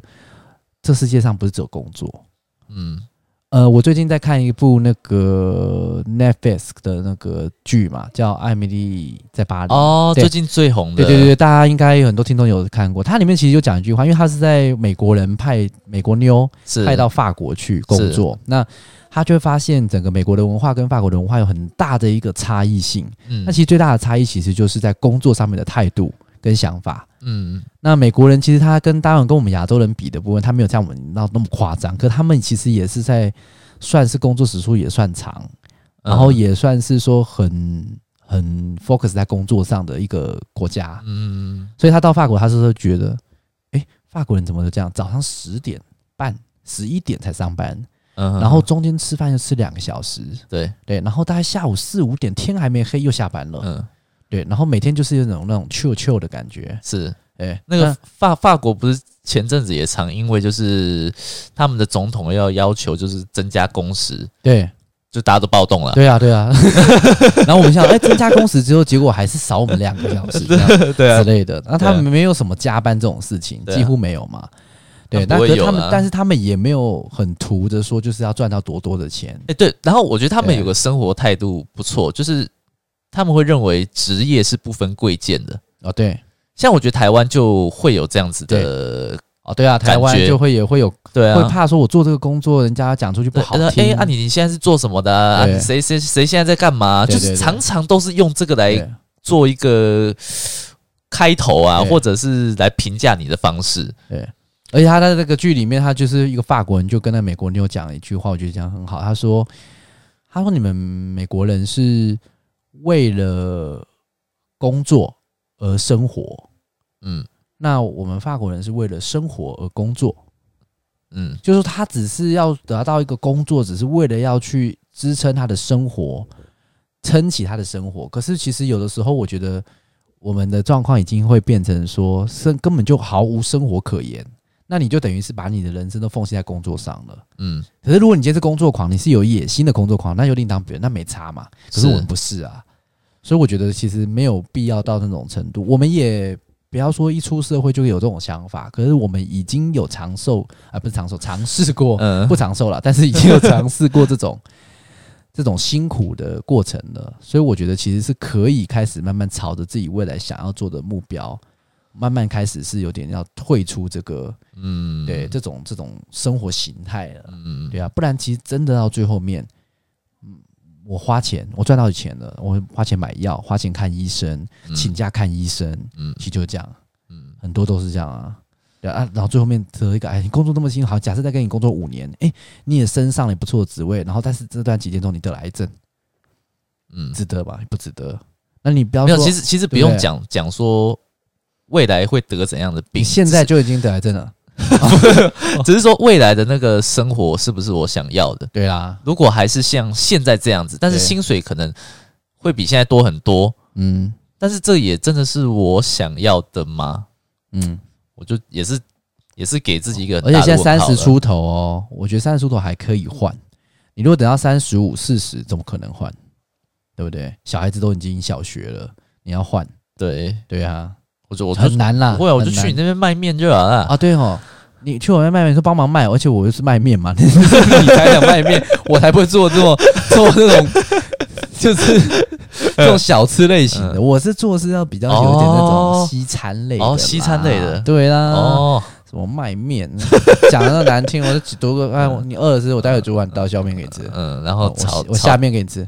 [SPEAKER 2] 这世界上不是只有工作。
[SPEAKER 1] 嗯
[SPEAKER 2] 呃，我最近在看一部那个 Netflix 的那个剧嘛，叫《艾米丽在巴黎》。
[SPEAKER 1] 哦，
[SPEAKER 2] 对
[SPEAKER 1] 最近最红的，
[SPEAKER 2] 对对对，大家应该有很多听众有看过，它里面其实就讲一句话，因为他是在美国人派美国妞，
[SPEAKER 1] 是
[SPEAKER 2] 派到法国去工作，那他就会发现整个美国的文化跟法国的文化有很大的一个差异性。
[SPEAKER 1] 嗯
[SPEAKER 2] 那其实最大的差异其实就是在工作上面的态度跟想法。
[SPEAKER 1] 嗯
[SPEAKER 2] 那美国人其实他跟当然跟我们亚洲人比的部分，他没有像我们那那么夸张，可他们其实也是在算是工作时数也算长，
[SPEAKER 1] 嗯
[SPEAKER 2] 然后也算是说很很 focus 在工作上的一个国家。
[SPEAKER 1] 嗯
[SPEAKER 2] 所以他到法国，他是说觉得，诶，法国人怎么都这样，早上十点半、十一点才上班，
[SPEAKER 1] 嗯，
[SPEAKER 2] 然后中间吃饭又吃两个小时，
[SPEAKER 1] 对，
[SPEAKER 2] 对，然后大概下午四五点天还没黑又下班了，
[SPEAKER 1] 嗯
[SPEAKER 2] 对，然后每天就是有那种那种 chill chill 的感觉，
[SPEAKER 1] 是
[SPEAKER 2] 哎、
[SPEAKER 1] 那个法法国不是前阵子也常因为就是他们的总统要要求就是增加工时，
[SPEAKER 2] 对
[SPEAKER 1] 就大家都暴动了，
[SPEAKER 2] 对啊对啊， 然后我们想，哎、增加工时之后，结果还是少我们两个小时这样
[SPEAKER 1] 对
[SPEAKER 2] 之，类的，那他
[SPEAKER 1] 对
[SPEAKER 2] 们没有什么加班这种事情，
[SPEAKER 1] 对啊
[SPEAKER 2] 几乎没有嘛。对，
[SPEAKER 1] 那
[SPEAKER 2] 那
[SPEAKER 1] 不会
[SPEAKER 2] 可是
[SPEAKER 1] 有
[SPEAKER 2] 他们
[SPEAKER 1] 啦，
[SPEAKER 2] 但是他们也没有很图着说就是要赚到多多的钱，
[SPEAKER 1] 哎、对，然后我觉得他们
[SPEAKER 2] 对啊
[SPEAKER 1] 有个生活态度不错，就是他们会认为职业是不分贵贱的。
[SPEAKER 2] 哦，对，
[SPEAKER 1] 像我觉得台湾就会有这样子的，
[SPEAKER 2] 哦，对啊，台湾
[SPEAKER 1] 感觉
[SPEAKER 2] 就会也会有、
[SPEAKER 1] 对
[SPEAKER 2] 会
[SPEAKER 1] 啊，
[SPEAKER 2] 怕说，我做这个工作，人家讲出去不
[SPEAKER 1] 对
[SPEAKER 2] 好
[SPEAKER 1] 他说
[SPEAKER 2] 听。
[SPEAKER 1] 哎，啊，你你现在是做什么的啊？啊
[SPEAKER 2] 对
[SPEAKER 1] 你谁谁谁现在在干嘛？
[SPEAKER 2] 对
[SPEAKER 1] 就是
[SPEAKER 2] 对对
[SPEAKER 1] 常常都是用这个来
[SPEAKER 2] 对
[SPEAKER 1] 做一个开头啊，
[SPEAKER 2] 对
[SPEAKER 1] 或者是来评价你的方式。
[SPEAKER 2] 对，而且他在这个剧里面，他就是一个法国人，就跟那美国妞讲了一句话，我觉得讲得很好。他说：“他说你们美国人是为了工作而生活，
[SPEAKER 1] 嗯
[SPEAKER 2] 那我们法国人是为了生活而工作。
[SPEAKER 1] 嗯
[SPEAKER 2] 就是他只是要得到一个工作，只是为了要去支撑他的生活，撑起他的生活。可是其实有的时候，我觉得我们的状况已经会变成说，生根本就毫无生活可言。那你就等于是把你的人生都奉献在工作上了。
[SPEAKER 1] 嗯，
[SPEAKER 2] 可是如果你今天是工作狂，你是有野心的工作狂，那又另当别论，那没差嘛。可是我们不是啊，所以我觉得其实没有必要到那种程度。我们也不要说一出社会就有这种想法，可是我们已经有长寿啊、不是长寿，尝试过、
[SPEAKER 1] 嗯
[SPEAKER 2] 不长寿了， 但是已经有尝试过这种 这种辛苦的过程了。所以我觉得其实是可以开始慢慢朝着自己未来想要做的目标，慢慢开始是有点要退出这个
[SPEAKER 1] 嗯，
[SPEAKER 2] 对这种这种生活形态了。
[SPEAKER 1] 嗯，嗯
[SPEAKER 2] 对啊，不然其实真的到最后面，嗯，我花钱，我赚到钱了，我花钱买药，花钱看医生，
[SPEAKER 1] 嗯
[SPEAKER 2] 请假看医生，
[SPEAKER 1] 嗯
[SPEAKER 2] 其实就这样，
[SPEAKER 1] 嗯
[SPEAKER 2] 很多都是这样啊。对啊，然后最后面得一个，哎，你工作那么辛苦，好，假设再跟你工作五年，哎，你也升上了不错的职位，然后但是这段期间中你得了癌症，
[SPEAKER 1] 嗯，
[SPEAKER 2] 值得吧？不值得。那你不要
[SPEAKER 1] 没有，
[SPEAKER 2] 说
[SPEAKER 1] 其实其实不
[SPEAKER 2] 对不
[SPEAKER 1] 用
[SPEAKER 2] 对啊
[SPEAKER 1] 讲讲说未来会得怎样的
[SPEAKER 2] 你
[SPEAKER 1] 病，
[SPEAKER 2] 现在就已经得癌症了，
[SPEAKER 1] 只是只是说未来的那个生活是不是我想要的？
[SPEAKER 2] 对啦，
[SPEAKER 1] 如果还是像现在这样子，但是
[SPEAKER 2] 对
[SPEAKER 1] 薪水可能会比现在多很多，
[SPEAKER 2] 嗯
[SPEAKER 1] 但是这也真的是我想要的吗？
[SPEAKER 2] 嗯，
[SPEAKER 1] 我就也是也是给自己一个很
[SPEAKER 2] 而
[SPEAKER 1] 大
[SPEAKER 2] 且
[SPEAKER 1] 的
[SPEAKER 2] 现在
[SPEAKER 1] 问
[SPEAKER 2] 三
[SPEAKER 1] 号
[SPEAKER 2] 十
[SPEAKER 1] 了，
[SPEAKER 2] 出头哦，我觉得三十出头还可以换。你如果等到三十五、四十，怎么可能换？对不对？小孩子都已经小学了，你要换，
[SPEAKER 1] 对
[SPEAKER 2] 对啊，
[SPEAKER 1] 我就我就
[SPEAKER 2] 很难啦。
[SPEAKER 1] 不会啊，我就
[SPEAKER 2] 很难
[SPEAKER 1] 去你那边卖面就好了。
[SPEAKER 2] 啊，对哦，你去我那边卖面，说帮忙卖，而且我又是卖面嘛，你你才想卖面，我才不会做 这种做这种，就是
[SPEAKER 1] 嗯
[SPEAKER 2] 这种小吃类型 的。我是做是要比较有点那种
[SPEAKER 1] 哦
[SPEAKER 2] 西餐类的啦，
[SPEAKER 1] 哦西餐类的
[SPEAKER 2] 对啦，
[SPEAKER 1] 哦，
[SPEAKER 2] 什么卖面， 讲的那难听，我就只读个哎，我你饿了是，我待会煮碗刀削面给你吃，
[SPEAKER 1] 嗯，然
[SPEAKER 2] 哦我
[SPEAKER 1] 后炒
[SPEAKER 2] 我我下
[SPEAKER 1] 炒，
[SPEAKER 2] 面给你吃，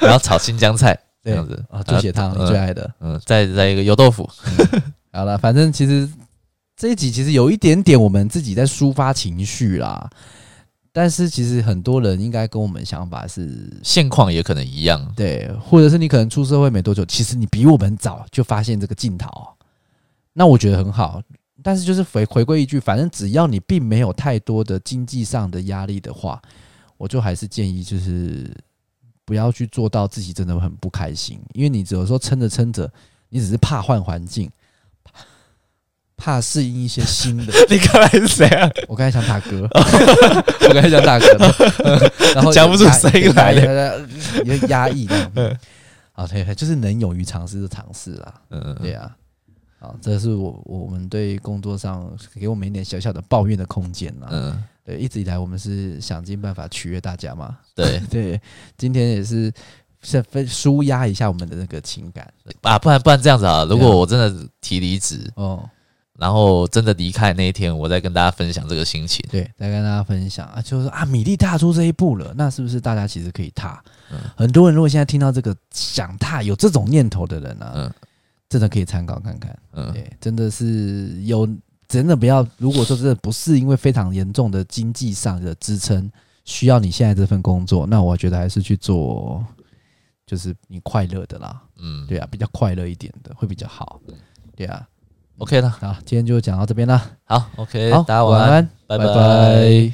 [SPEAKER 1] 然后炒新疆菜这
[SPEAKER 2] 对
[SPEAKER 1] 样子
[SPEAKER 2] 啊，猪血汤你最爱的。
[SPEAKER 1] 嗯，再再一个油豆腐，
[SPEAKER 2] 好了，反正其实这一集其实有一点点我们自己在抒发情绪啦，但是其实很多人应该跟我们想法是。
[SPEAKER 1] 现况也可能一 样。
[SPEAKER 2] 对，或者是你可能出社会没多久，其实你比我们早就发现这个镜头，那我觉得很好。但是就是回回归一句，反正只要你并没有太多的经济上的压力的话，我就还是建议就是不要去做到自己真的很不开心，因为你只有说撑着撑着，你只是怕换环境，怕怕适应一些新的。
[SPEAKER 1] 你刚才是谁啊？
[SPEAKER 2] 我刚才想打嗝， 我刚才想打嗝，然后
[SPEAKER 1] 讲不出声来了
[SPEAKER 2] 了，有点压抑这样。啊，对，就是能勇于尝试就尝试啦，
[SPEAKER 1] 嗯，
[SPEAKER 2] 对啊。啊，这是我我们对工作上给我们一点小小的抱怨的空间啦。
[SPEAKER 1] 嗯，
[SPEAKER 2] 对，一直以来我们是想尽办法取悦大家嘛。
[SPEAKER 1] 对
[SPEAKER 2] 对，今天也是是分舒压一下我们的那个情感
[SPEAKER 1] 啊，不然不然这样子啊，如
[SPEAKER 2] 对啊
[SPEAKER 1] 果我真的提离职，
[SPEAKER 2] 哦。
[SPEAKER 1] 然后真的离开那一天，我再跟大家分享这个心情。
[SPEAKER 2] 对，再跟大家分享啊，就是说啊，米粒踏出这一步了，那是不是大家其实可以踏？
[SPEAKER 1] 嗯
[SPEAKER 2] 很多人如果现在听到这个想踏有这种念头的人啊，
[SPEAKER 1] 嗯
[SPEAKER 2] 真的可以参考看看。
[SPEAKER 1] 嗯
[SPEAKER 2] 对，真的是有，真的不要，如果说真的不是因为非常严重的经济上的支撑，需要你现在这份工作，那我觉得还是去做，就是你快乐的啦，
[SPEAKER 1] 嗯，
[SPEAKER 2] 对啊，比较快乐一点的会比较好，对啊。
[SPEAKER 1] ，OK 了，
[SPEAKER 2] 好，今天就讲到这边啦。
[SPEAKER 1] 好，OK，
[SPEAKER 2] 好，
[SPEAKER 1] 大家晚安，
[SPEAKER 2] 拜
[SPEAKER 1] 拜拜。